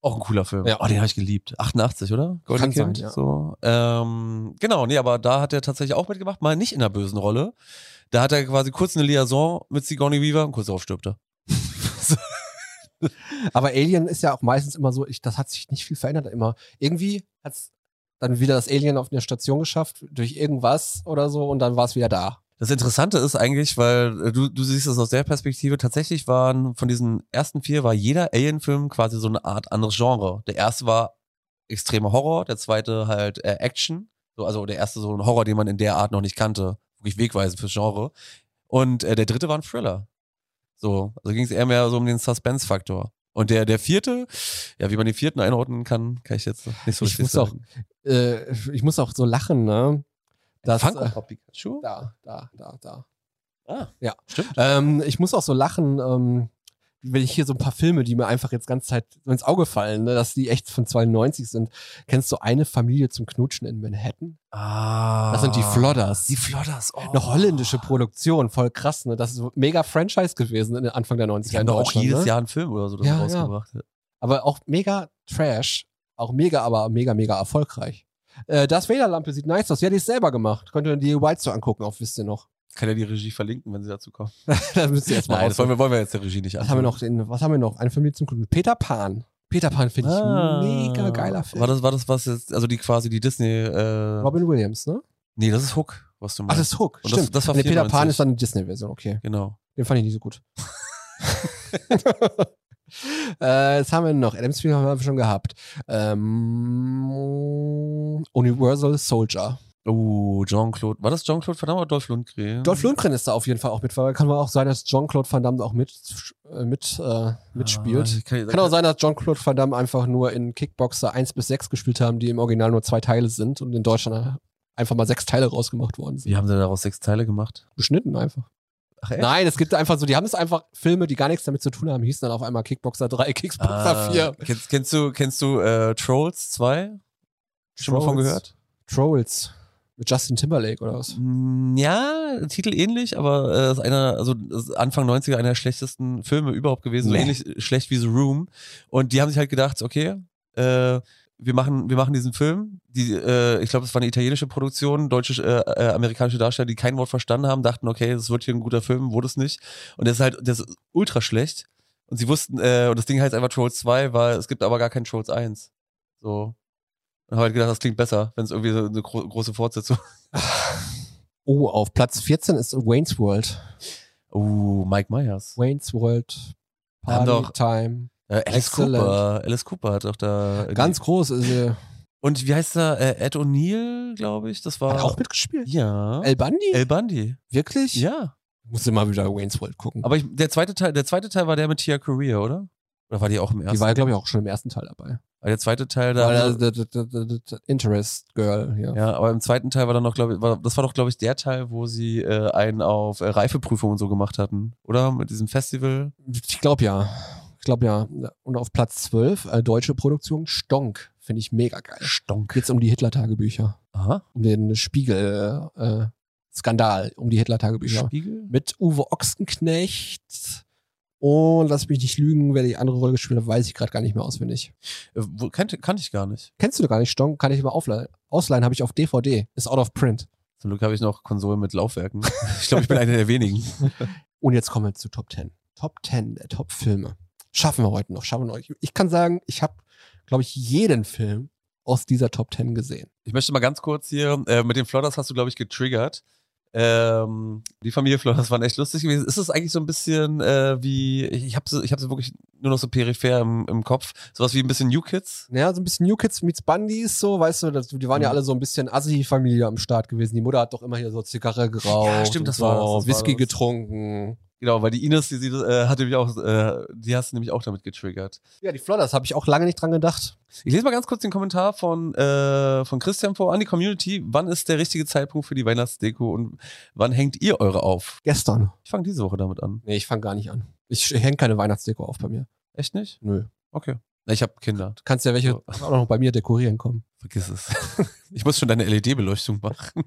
B: Auch ein cooler Film.
A: Ja.
B: Oh, den habe ich geliebt. 88, oder?
A: Kann sein, ja.
B: So. Ähm, genau, nee, aber da hat er tatsächlich auch mitgemacht, mal nicht in der bösen Rolle. Da hat er quasi kurz eine Liaison mit Sigourney Weaver und kurz darauf stirbt er.
A: Aber Alien ist ja auch meistens immer so, ich, das hat sich nicht viel verändert immer. Irgendwie hat's dann wieder das Alien auf eine Station geschafft, durch irgendwas oder so, und dann war es wieder da.
B: Das Interessante ist eigentlich, weil äh, du, du siehst das aus der Perspektive, tatsächlich waren von diesen ersten vier, war jeder Alien-Film quasi so eine Art anderes Genre. Der erste war extremer Horror, der zweite halt äh, Action, so, also der erste so ein Horror, den man in der Art noch nicht kannte, wirklich wegweisend fürs Genre. Und äh, der dritte war ein Thriller. So, also ging es eher mehr so um den Suspense-Faktor. Und der, der vierte, ja, wie man den vierten einordnen kann, kann ich jetzt nicht so
A: Ich
B: richtig
A: muss auch- Äh, ich muss auch so lachen, ne? Das, äh,
B: Funko Pop Pikachu?
A: da, da, da, da.
B: Ah,
A: Ja.
B: Stimmt.
A: Ähm, ich muss auch so lachen, ähm, wenn ich hier so ein paar Filme, die mir einfach jetzt ganz Zeit so ins Auge fallen, ne, dass die echt von 92 sind. Kennst du eine Familie zum Knutschen in Manhattan?
B: Ah.
A: Das sind die Flodders.
B: Die Flodders. Oh.
A: Eine holländische Produktion, voll krass, ne? Das ist so mega Franchise gewesen in den Anfang der 90er.
B: Die haben
A: in
B: doch auch
A: Deutschland,
B: jedes
A: ne?
B: Jahr einen Film oder so das
A: Ja,
B: rausgebracht.
A: Aber auch mega Trash. Auch mega, aber mega, mega erfolgreich. Äh, das Vader-Lampe sieht nice aus. Ja, die ist selber gemacht. Könnt ihr die White so angucken, auf wisst ihr noch.
B: Kann ja die Regie verlinken, wenn sie dazu kommen.
A: das müsst ihr erst mal
B: Nein, das
A: rausfinden.
B: wollen wir, wollen wir jetzt der Regie nicht
A: Was haben wir noch? In, was haben wir noch? Eine Familie zum Kunden. Peter Pan. Peter Pan finde ich
B: Ah.
A: ein mega geiler Film.
B: War das, war das was jetzt, also die quasi die Disney, äh,
A: Robin Williams, ne?
B: nee, das ist Hook, was du
A: Ach,
B: meinst.
A: das ist Hook.
B: Und das-
A: Stimmt.
B: das war
A: nee, Peter Pan
B: 94.
A: ist dann die Disney-Version, okay.
B: genau.
A: Den fand ich nicht so gut. äh, was haben wir noch? Adams Film haben wir schon gehabt. Ähm, Universal Soldier.
B: Oh, Jean-Claude, war das Jean-Claude Verdammt oder Dolph Lundgren?
A: Dolph Lundgren ist da auf jeden Fall auch mit, weil kann mal auch sein, dass Jean-Claude Van Damme da auch mit, äh, mit, äh, mitspielt.
B: Ah, kann,
A: Kann auch sein, dass Jean-Claude Van Damme einfach nur in Kickboxer 1 bis 6 gespielt haben, die im Original nur zwei Teile sind und in Deutschland einfach mal sechs Teile rausgemacht worden sind.
B: Wie haben sie daraus sechs Teile gemacht?
A: Beschnitten einfach.
B: Ach, echt?
A: Nein, es gibt einfach so, die haben es einfach Filme, die gar nichts damit zu tun haben, hießen dann auf einmal Kickboxer 3, Kickboxer
B: Ah,
A: 4.
B: Kennst, kennst du, kennst du äh, Trolls 2? Schon mal von
A: Trolls.
B: gehört?
A: Trolls. Mit Justin Timberlake oder was?
B: Mm, Ja, Titel ähnlich, aber äh, ist einer, also ist Anfang 90er einer der schlechtesten Filme überhaupt gewesen,
A: Nee.
B: so ähnlich äh, schlecht wie The Room. Und die haben sich halt gedacht, okay, äh, wir machen, wir machen diesen Film. Die, äh, ich glaube, es war eine italienische Produktion, deutsche, äh, äh, amerikanische Darsteller, die kein Wort verstanden haben, dachten, okay, das wird hier ein guter Film, wurde es nicht. Und das ist halt, das ist ultra schlecht. Und sie wussten, äh, und das Ding heißt einfach Trolls 2, weil es gibt aber gar kein Trolls 1. So. Und habe halt gedacht, das klingt besser, wenn es irgendwie so eine gro große Fortsetzung
A: Oh, auf Platz 14 ist Wayne's World.
B: Oh, Mike Myers.
A: Wayne's World.
B: Wir haben
A: Party
B: doch-
A: Time.
B: Äh, Alice
A: Excellent.
B: Cooper. Alice Cooper hat doch da. äh,
A: Ganz groß also ist sie.
B: Und wie heißt er? Äh, Ed O'Neill, glaube ich. Das war.
A: Hat auch mitgespielt?
B: Ja.
A: El Bundy?
B: El Bundy.
A: Wirklich?
B: Ja.
A: Muss immer wieder Wayne's World gucken.
B: Aber ich, der zweite Teil, der zweite Teil war der mit Tia Career, oder? Oder war die auch im ersten?
A: die war, glaube ich, auch schon im ersten Teil dabei.
B: Weil der zweite Teil da.
A: Weil also da- da- da- da- da- da- Interest Girl, ja.
B: ja, aber im zweiten Teil war dann noch, glaube ich, war, das war doch, glaube ich, der Teil, wo sie äh, einen auf äh, Reifeprüfung und so gemacht hatten. Oder? Mit diesem Festival.
A: Ich glaube ja. Ich glaube ja. Und auf Platz 12, äh, deutsche Produktion, Stonk. Finde ich mega geil.
B: Stonk.
A: Geht's um die Hitler-Tagebücher.
B: Aha.
A: Um den Spiegel, äh, Skandal um die Hitler-Tagebücher.
B: Spiegel?
A: Mit Uwe Ochsenknecht. Und lass mich nicht lügen, wer die andere Rolle gespielt hat, weiß ich gerade gar nicht mehr auswendig.
B: Äh, wo, kannte, kannte ich gar nicht.
A: Kennst du gar nicht, Stonk? Kann ich mal aufleihen. Ausleihen habe ich auf DVD. Ist out of print.
B: Zum Glück habe ich noch Konsolen mit Laufwerken. Ich glaube, ich bin einer der wenigen.
A: Und jetzt kommen wir zu Top 10. Top 10 der Top-Filme. Schaffen wir heute noch. Schaffen wir noch. Ich- Ich kann sagen, ich habe, glaube ich, jeden Film aus dieser Top 10 gesehen.
B: Ich möchte mal ganz kurz hier, äh, mit den Flodders hast du, glaube ich, getriggert. Ähm, die Familie Flor, das waren echt lustig gewesen. Ist es eigentlich so ein bisschen äh, wie, ich habe sie ich hab sie wirklich nur noch so peripher im, im Kopf, sowas wie ein bisschen New Kids?
A: Ja, so ein bisschen New Kids meets Bundies, so, weißt du, das, die waren ja
B: Mhm.
A: alle so ein bisschen Assi-Familie am Start gewesen. Die Mutter hat doch immer hier so Zigarre geraucht.
B: Ja, stimmt,
A: und
B: das
A: so,
B: war das, das war
A: Whisky
B: das.
A: getrunken.
B: Genau, weil die Ines, die sie äh, hat nämlich auch, äh, die hast du nämlich auch damit getriggert.
A: Ja, die Flodders, habe ich auch lange nicht dran gedacht.
B: Ich lese mal ganz kurz den Kommentar von, äh, von Christian vor an die Community. Wann ist der richtige Zeitpunkt für die Weihnachtsdeko und wann hängt ihr eure auf?
A: Gestern.
B: Ich fange diese Woche damit an.
A: Nee, ich fange gar nicht an. Ich hänge keine Weihnachtsdeko auf bei mir.
B: Echt nicht?
A: Nö.
B: Okay. Na, Ich habe Kinder.
A: Du kannst ja welche
B: So.
A: auch noch bei mir dekorieren kommen.
B: Vergiss es. Ich muss schon deine LED-Beleuchtung machen.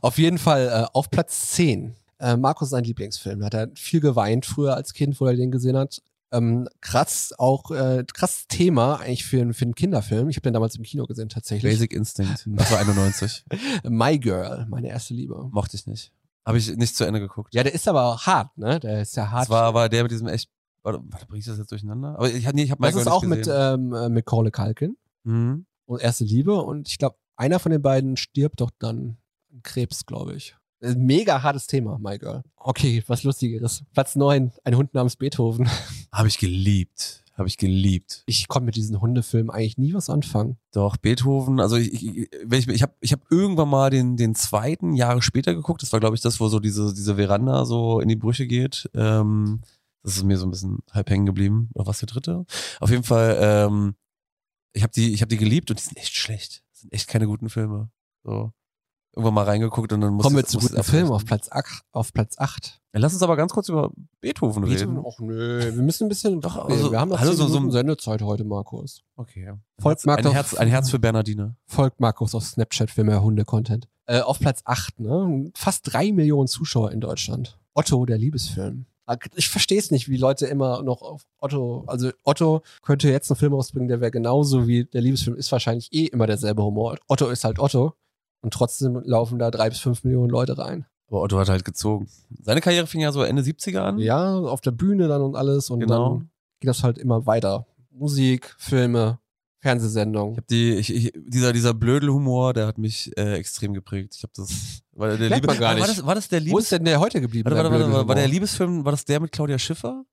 A: Auf jeden Fall äh, auf Platz 10. Äh, Markus ist sein Lieblingsfilm. Da hat er viel geweint früher als Kind, wo er den gesehen hat. Ähm, krass, auch äh, krass Thema eigentlich für, einen- für einen Kinderfilm. Ich habe den damals im Kino gesehen tatsächlich.
B: Basic Instinct. Das war 91.
A: My Girl, meine erste Liebe.
B: Mochte ich nicht. Habe ich nicht zu Ende geguckt.
A: Ja, der ist aber hart, ne? Der ist ja hart.
B: Das war, war der mit diesem echt. Warte, warte bringe ich das jetzt durcheinander? Aber ich, nee, ich habe
A: das
B: Michael
A: ist
B: nicht
A: auch mit äh,
B: gesehen.
A: ähm, äh, Macaulay Culkin
B: Mhm.
A: und erste Liebe und ich glaube, einer von den beiden stirbt doch dann an Krebs, glaube ich. Äh, Mega hartes Thema, My Girl. Okay, was Lustigeres. Platz 9, ein Hund namens Beethoven.
B: Habe ich geliebt. Habe ich geliebt.
A: Ich konnte mit diesen Hundefilmen eigentlich nie was anfangen.
B: Doch, Beethoven, also ich, ich, wenn ich, ich habe ich hab irgendwann mal den, den zweiten Jahre später geguckt. Das war, glaube ich, das, wo so diese, diese Veranda so in die Brüche geht. Ähm, das ist mir so ein bisschen halb hängen geblieben. Oder was der dritte? Auf jeden Fall, ähm, ich habe die, ich hab die geliebt und die sind echt schlecht. Das sind echt keine guten Filme. So. Irgendwann mal reingeguckt und dann muss
A: Kommen wir
B: ich's-
A: zu
B: muss
A: guten
B: ich's
A: Filmen auf
B: abbrechen.
A: Platz 8. Auf Platz 8.
B: Lass uns aber ganz kurz über Beethoven reden.
A: Och nö, wir müssen ein bisschen.
B: Doch,
A: Doch,
B: also-
A: wir haben noch
B: hallo,
A: 10
B: so- so-
A: Minuten Sendezeit heute, Markus.
B: Okay. Ein
A: Volk
B: Herz-
A: mag
B: ein,
A: doch-
B: Herz, ein Herz für Bernardine.
A: Folgt Markus auf Snapchat für mehr Hunde-Content. Äh, auf Platz 8, ne? Fast drei Millionen Zuschauer in Deutschland. Otto, der Liebesfilm. Ah, Ich verstehe es nicht, wie Leute immer noch auf Otto, also Otto könnte jetzt einen Film rausbringen, der wäre genauso wie der Liebesfilm, ist wahrscheinlich eh immer derselbe Humor. Otto ist halt Otto und trotzdem laufen da drei bis fünf Millionen Leute rein.
B: Aber Otto hat halt gezogen. Seine Karriere fing ja so Ende 70er an.
A: Ja, auf der Bühne dann und alles und
B: Mhm. Genau.
A: dann geht das halt immer weiter. Musik, Filme, Fernsehsendungen.
B: Ich hab die, ich, ich, dieser, dieser Blödelhumor, der hat mich äh, extrem geprägt. Ich habe das. War der
A: Merkt
B: Liebe,
A: man gar
B: War
A: nicht.
B: das, war das der
A: Wo ist
B: Liebes,
A: denn der heute geblieben?
B: warte, warte,
A: der
B: warte, warte, war der
A: Blöde
B: Liebesfilm, war das der mit Claudia Schiffer?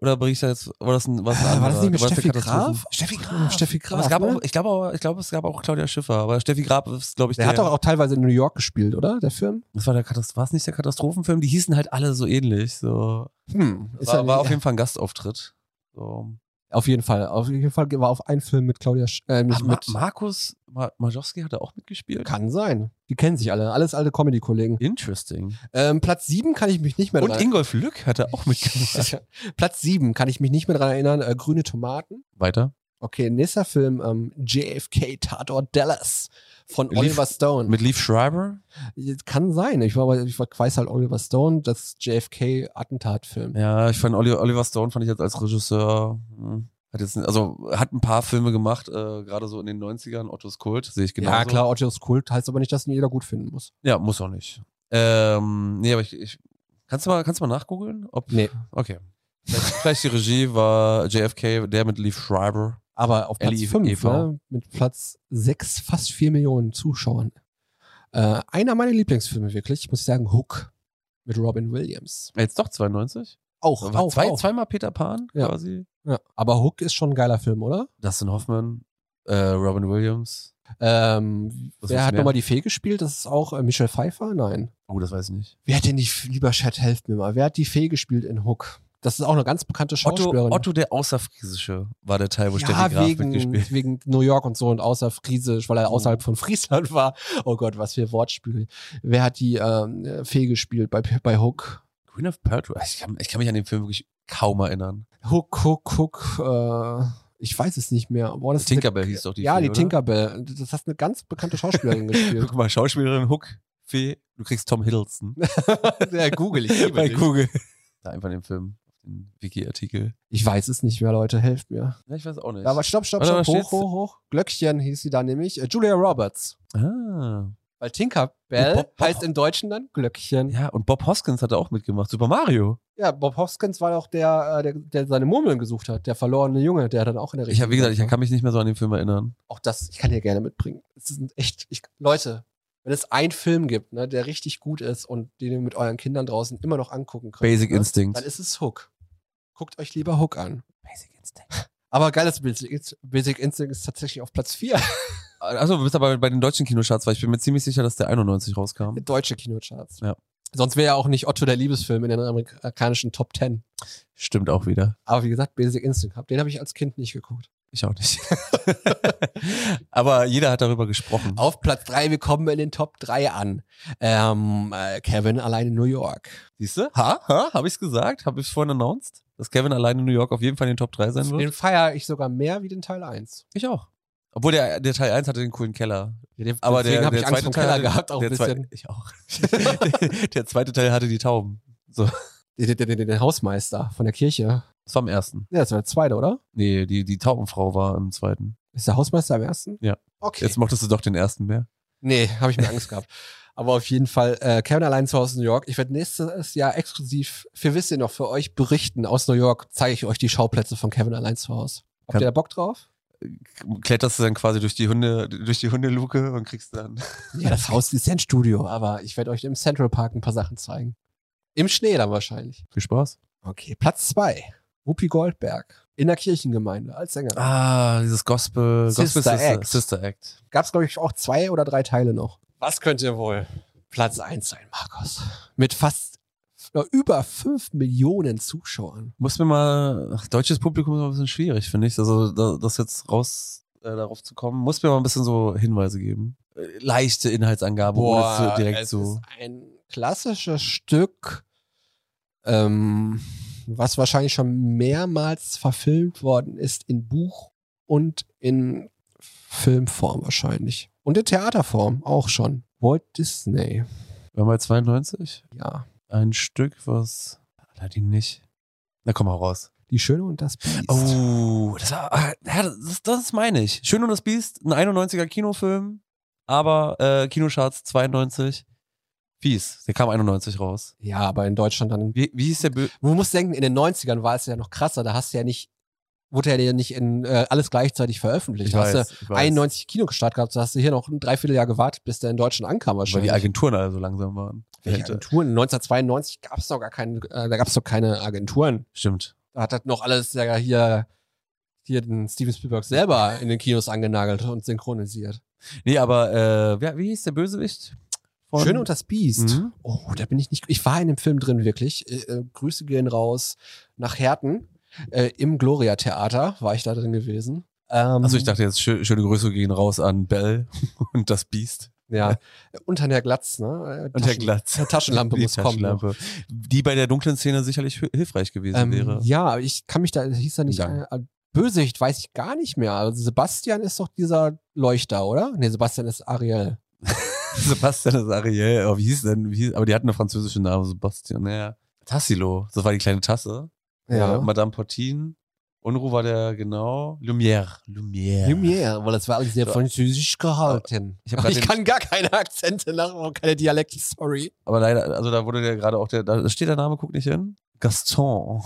B: Oder bringe ich da jetzt. War das ein, war das, ein
A: Äh,
B: anderer?
A: War das nicht mit
B: War der
A: Steffi
B: Katastrophen-
A: Graf?
B: Steffi
A: Ach,
B: Graf.
A: Steffi
B: Aber
A: Graf.
B: es gab
A: ne?
B: auch, ich glaube, aber- ich glaube, es gab auch Claudia Schiffer. Aber Steffi Graf ist, glaube ich,
A: der
B: der.
A: hat doch auch teilweise in New York gespielt, oder? Der Film?
B: das war der Katast- war es nicht der Katastrophenfilm? Die hießen halt alle so ähnlich. So.
A: Hm. Ist
B: war,
A: ja-
B: war auf jeden Fall ein Gastauftritt. So.
A: auf jeden Fall. Auf jeden Fall war auf einen Film mit Claudia. Sch äh,
B: Ah,
A: mit,
B: Ma
A: mit
B: Markus Ma Majowski hat da auch mitgespielt.
A: kann sein. Die kennen sich alle. Alles alte Comedy-Kollegen.
B: Interesting.
A: Ähm, Platz 7 kann ich mich nicht mehr
B: Und
A: dran
B: Ingolf Lück hat da auch mitgemacht.
A: Platz 7 kann ich mich nicht mehr dran erinnern. Äh, Grüne Tomaten.
B: Weiter.
A: Okay, nächster Film. Ähm, JFK Tatort Dallas von
B: Lief-
A: Oliver Stone.
B: Mit Leaf Schreiber.
A: kann sein. Ich, war, aber- ich weiß halt Oliver Stone, das JFK-Attentatfilm.
B: Ja, ich fand Oli- Oliver Stone fand ich jetzt als Regisseur. hm, Hat jetzt, also hat ein paar Filme gemacht, äh, gerade so in den 90ern, Ottos Kult, sehe ich genau.
A: Ja, klar, Otto's Kult heißt aber nicht, dass ihn jeder gut finden muss.
B: Ja, muss auch nicht. Ähm, nee, aber ich, ich kannst du mal, kannst du mal nachgoogeln? Ob,
A: Nee.
B: Okay. Vielleicht, vielleicht die Regie war JFK, der mit Leaf Schreiber.
A: Aber auf Platz
B: LIV.
A: 5, ne, mit Platz 6, fast 4 Millionen Zuschauern. Äh, einer meiner Lieblingsfilme wirklich, muss ich sagen, Hook mit Robin Williams.
B: Ah, Jetzt doch 92?
A: Auch,
B: War
A: auch,
B: zwei,
A: auch.
B: Zweimal Peter Pan
A: Ja.
B: quasi.
A: Ja. Aber Hook ist schon ein geiler Film, oder?
B: Dustin Hoffman, äh, Robin Williams.
A: Ähm,
B: Was
A: wer
B: ist
A: hat
B: mehr?
A: nochmal die Fee gespielt? Das ist auch äh, Michelle Pfeiffer? Nein.
B: Oh, das weiß ich nicht.
A: Wer hat denn die, F- lieber Chat, helft mir mal, wer hat die Fee gespielt in Hook? Das ist auch eine ganz bekannte
B: Otto,
A: Schauspielerin.
B: Otto der Außerfriesische war der Teil, wo
A: ja,
B: Steffi Graf
A: wegen,
B: mitgespielt
A: wegen New York und so und außer Friesisch, weil er
B: Mhm.
A: außerhalb von Friesland war. Oh Gott, was für Wortspiele. Wer hat die ähm, Fee gespielt bei, bei Hook?
B: Queen of Pertwee. Ich kann, ich kann mich an den Film wirklich kaum erinnern.
A: Hook, Hook, Hook, äh, ich weiß es nicht mehr. Boah, das ist
B: Tinkerbell
A: eine,
B: hieß doch die
A: Ja,
B: Fee,
A: die
B: oder?
A: Tinkerbell. Das hat eine ganz bekannte Schauspielerin gespielt.
B: Guck mal, Schauspielerin, Hook, Fee, du kriegst Tom Hiddleston.
A: Der Google, ich liebe
B: Bei
A: dich.
B: Google. Da einfach den Film, den Wiki-Artikel.
A: Ich weiß es nicht mehr, Leute, helft mir.
B: Ja, ich weiß auch nicht.
A: Aber stopp, stopp,
B: Warte,
A: stopp,
B: was
A: hoch,
B: steht's?
A: hoch, hoch. Glöckchen hieß sie da nämlich. Äh, Julia Roberts.
B: ah.
A: Weil Tinkerbell
B: Und Bob- Bob-
A: heißt im Deutschen dann Glöckchen.
B: Ja, und Bob Hoskins hat da auch mitgemacht. Super Mario.
A: Ja, Bob Hoskins war auch der, äh, der, der seine Murmeln gesucht hat, der verlorene Junge, der dann auch in der
B: Ich habe, wie gesagt,
A: Richtung
B: ich kann mich nicht mehr so an den Film erinnern.
A: war. auch das, ich kann dir gerne mitbringen. Es sind echt, ich, Leute, wenn es einen Film gibt, ne, der richtig gut ist und den ihr mit euren Kindern draußen immer noch angucken könnt,
B: Basic
A: ne,
B: Instinct.
A: dann ist es Hook. Guckt euch lieber Hook an.
B: Basic Instinct.
A: Aber geil, dass Basic, Basic Instinct ist tatsächlich auf Platz 4
B: Also du bist aber bei den deutschen Kinocharts, weil ich bin mir ziemlich sicher, dass der 91 rauskam.
A: der deutsche Kinocharts.
B: Ja.
A: Sonst wäre ja auch nicht Otto der Liebesfilm in den amerikanischen Top 10.
B: Stimmt auch wieder.
A: Aber wie gesagt, Basic Instinct, hab- den habe ich als Kind nicht geguckt.
B: Ich auch nicht. aber jeder hat darüber gesprochen.
A: Auf Platz 3, wir kommen in den Top 3 an. Ähm, äh, Kevin allein in New York.
B: Siehste? Ha? Ha? Habe ich's gesagt? Habe ich's vorhin announced? Dass Kevin allein in New York auf jeden Fall in den Top 3 sein wird?
A: Den feiere ich sogar mehr wie den Teil 1.
B: Ich auch. Obwohl der, der Teil 1 hatte den coolen Keller. Aber
A: Aber Deswegen
B: der,
A: habe
B: der
A: ich Angst vom
B: zweite Teil
A: Keller
B: hatte-
A: gehabt, auch
B: der
A: ein bisschen.
B: Zwei, ich auch. der, der zweite Teil hatte die Tauben.
A: Den, den, den, den Hausmeister von der Kirche.
B: Das war im ersten.
A: Ja, das war der zweite, oder?
B: Nee, die, die Taubenfrau war im zweiten.
A: Ist der Hausmeister am ersten?
B: Ja.
A: Okay.
B: Jetzt mochtest du doch den ersten mehr.
A: nee, habe ich mir Angst gehabt. Aber auf jeden Fall, äh, Kevin allein zu Hause in New York. Ich werde nächstes Jahr exklusiv für Wisst ihr noch für euch berichten aus New York. Zeige ich euch die Schauplätze von Kevin allein zu Hause. Habt
B: Kann-
A: ihr da Bock drauf?
B: Kletterst du dann quasi durch die Hunde, durch die Hundeluke und kriegst dann.
A: Ja, das Haus ist ja ein Studio, aber ich werde euch im Central Park ein paar Sachen zeigen. Im Schnee dann wahrscheinlich.
B: Viel Spaß.
A: Okay, Platz zwei. Whoopi Goldberg. In der Kirchengemeinde als Sängerin.
B: Ah, dieses Gospel,
A: Sister
B: Gospel Sister,
A: Act.
B: Sister Act.
A: gab es, glaube ich, auch zwei oder drei Teile noch. Was könnt ihr wohl Platz eins sein, Markus? Mit fast äh, über fünf Millionen Zuschauern.
B: Muss mir mal, ach, deutsches Publikum ist mal ein bisschen schwierig, finde ich. Also da, das jetzt raus, äh, darauf zu kommen, muss mir mal ein bisschen so Hinweise geben. Äh, Leichte Inhaltsangabe, ohne zu, direkt
A: es
B: so.
A: ist ein klassisches Stück, ähm, was wahrscheinlich schon mehrmals verfilmt worden ist in Buch und in Filmform wahrscheinlich. Und in Theaterform auch schon. Walt Disney,
B: Wir haben bei 92
A: ja.
B: ein Stück, was Aladdin nicht. Na komm mal raus.
A: Die Schöne und das Biest.
B: Oh, das, war, ah, ja, das, das meine ich. Schön und das Biest, ein 91er Kinofilm, aber äh, Kinocharts 92. Fies, der kam 91 raus.
A: Ja, aber in Deutschland dann
B: Wie, wie hieß der Bö
A: Man muss denken, in den 90ern war es ja noch krasser. Da hast du ja nicht, wurde ja nicht in äh, alles gleichzeitig veröffentlicht. Da hast
B: ich
A: du 91 Kinostart gehabt, da hast du hier noch ein Dreivierteljahr gewartet, bis der in Deutschland ankam
B: Weil die
A: wahrscheinlich.
B: Agenturen alle so langsam waren.
A: Welche
B: Hätte-
A: Agenturen? 1992 gab es noch gar keine, äh, da gab es noch keine Agenturen.
B: Stimmt.
A: Da hat das noch alles ja hier, hier den Steven Spielberg selber in den Kinos angenagelt und synchronisiert.
B: Nee, aber äh, wer, wie hieß der Bösewicht? Von-
A: Schön und das Biest.
B: Mhm.
A: Oh, da bin ich nicht. Ich war in dem Film drin, wirklich. Äh, äh, Grüße gehen raus nach Herten. Äh, Im Gloria Theater war ich da drin gewesen. Ähm,
B: Achso, ich dachte jetzt, schö schöne Grüße gehen raus an Bell und das Biest.
A: Ja. Unter der Glatz, ne? Äh,
B: Und der
A: Taschen-
B: Glatz.
A: Taschenlampe
B: Die
A: muss kommen noch.
B: Taschenlampe. Die bei der dunklen Szene sicherlich hi- hilfreich gewesen
A: Ähm,
B: wäre.
A: ja, aber ich kann mich da, das hieß da nicht.
B: Dank.
A: Äh, Bösewicht weiß ich gar nicht mehr. Also Sebastian ist doch dieser Leuchter, oder? Nee, Sebastian ist Ariel.
B: Sebastian das Ariel. Oh, wie hieß denn? Wie hieß, aber die hatten einen französischen Namen, Sebastian. Naja. Tassilo, das war die kleine Tasse. Äh, Madame Portin. Unruh war der, genau. Lumière. Lumière.
A: Lumière, weil das war alles sehr
B: So.
A: französisch gehalten.
B: Ich hab grad den-
A: Oh, kann gar keine Akzente nach, keine Dialekte, sorry.
B: Aber leider, also da wurde der gerade auch der, da steht der Name, guck nicht hin. Gaston.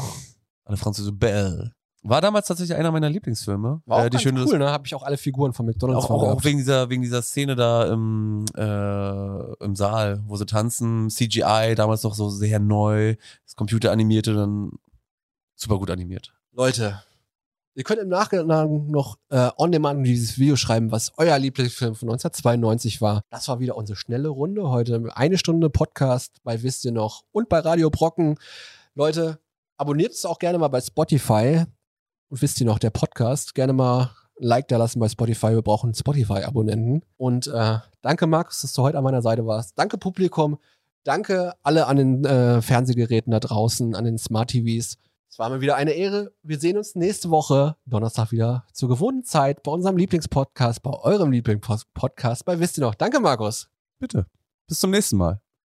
B: Eine französische Belle. War damals tatsächlich einer meiner Lieblingsfilme.
A: War auch
B: äh, die
A: ganz
B: schöne,
A: cool, ne? Habe ich auch alle Figuren von McDonalds
B: auch, auch, auch
A: verkauft.
B: wegen dieser, wegen dieser Szene da im, äh, im Saal, wo sie tanzen, CGI, damals noch so sehr neu, das Computeranimierte dann super gut animiert.
A: Leute, ihr könnt im Nachgang noch äh, on demand dieses Video schreiben, was euer Lieblingsfilm von 1992 war. Das war wieder unsere schnelle Runde heute. Eine Stunde Podcast bei Wisst ihr noch und bei Radio Brocken. Leute, abonniert es auch gerne mal bei Spotify. Und wisst ihr noch, der Podcast. Gerne mal ein Like da lassen bei Spotify. Wir brauchen Spotify-Abonnenten. Und äh, danke, Markus, dass du heute an meiner Seite warst. Danke, Publikum. Danke alle an den äh, Fernsehgeräten da draußen, an den Smart TVs. Es war mir wieder eine Ehre. Wir sehen uns nächste Woche, Donnerstag wieder, zur gewohnten Zeit bei unserem Lieblingspodcast, bei eurem Lieblingspodcast, bei Wisst ihr noch. Danke, Markus.
B: Bitte. Bis zum nächsten Mal.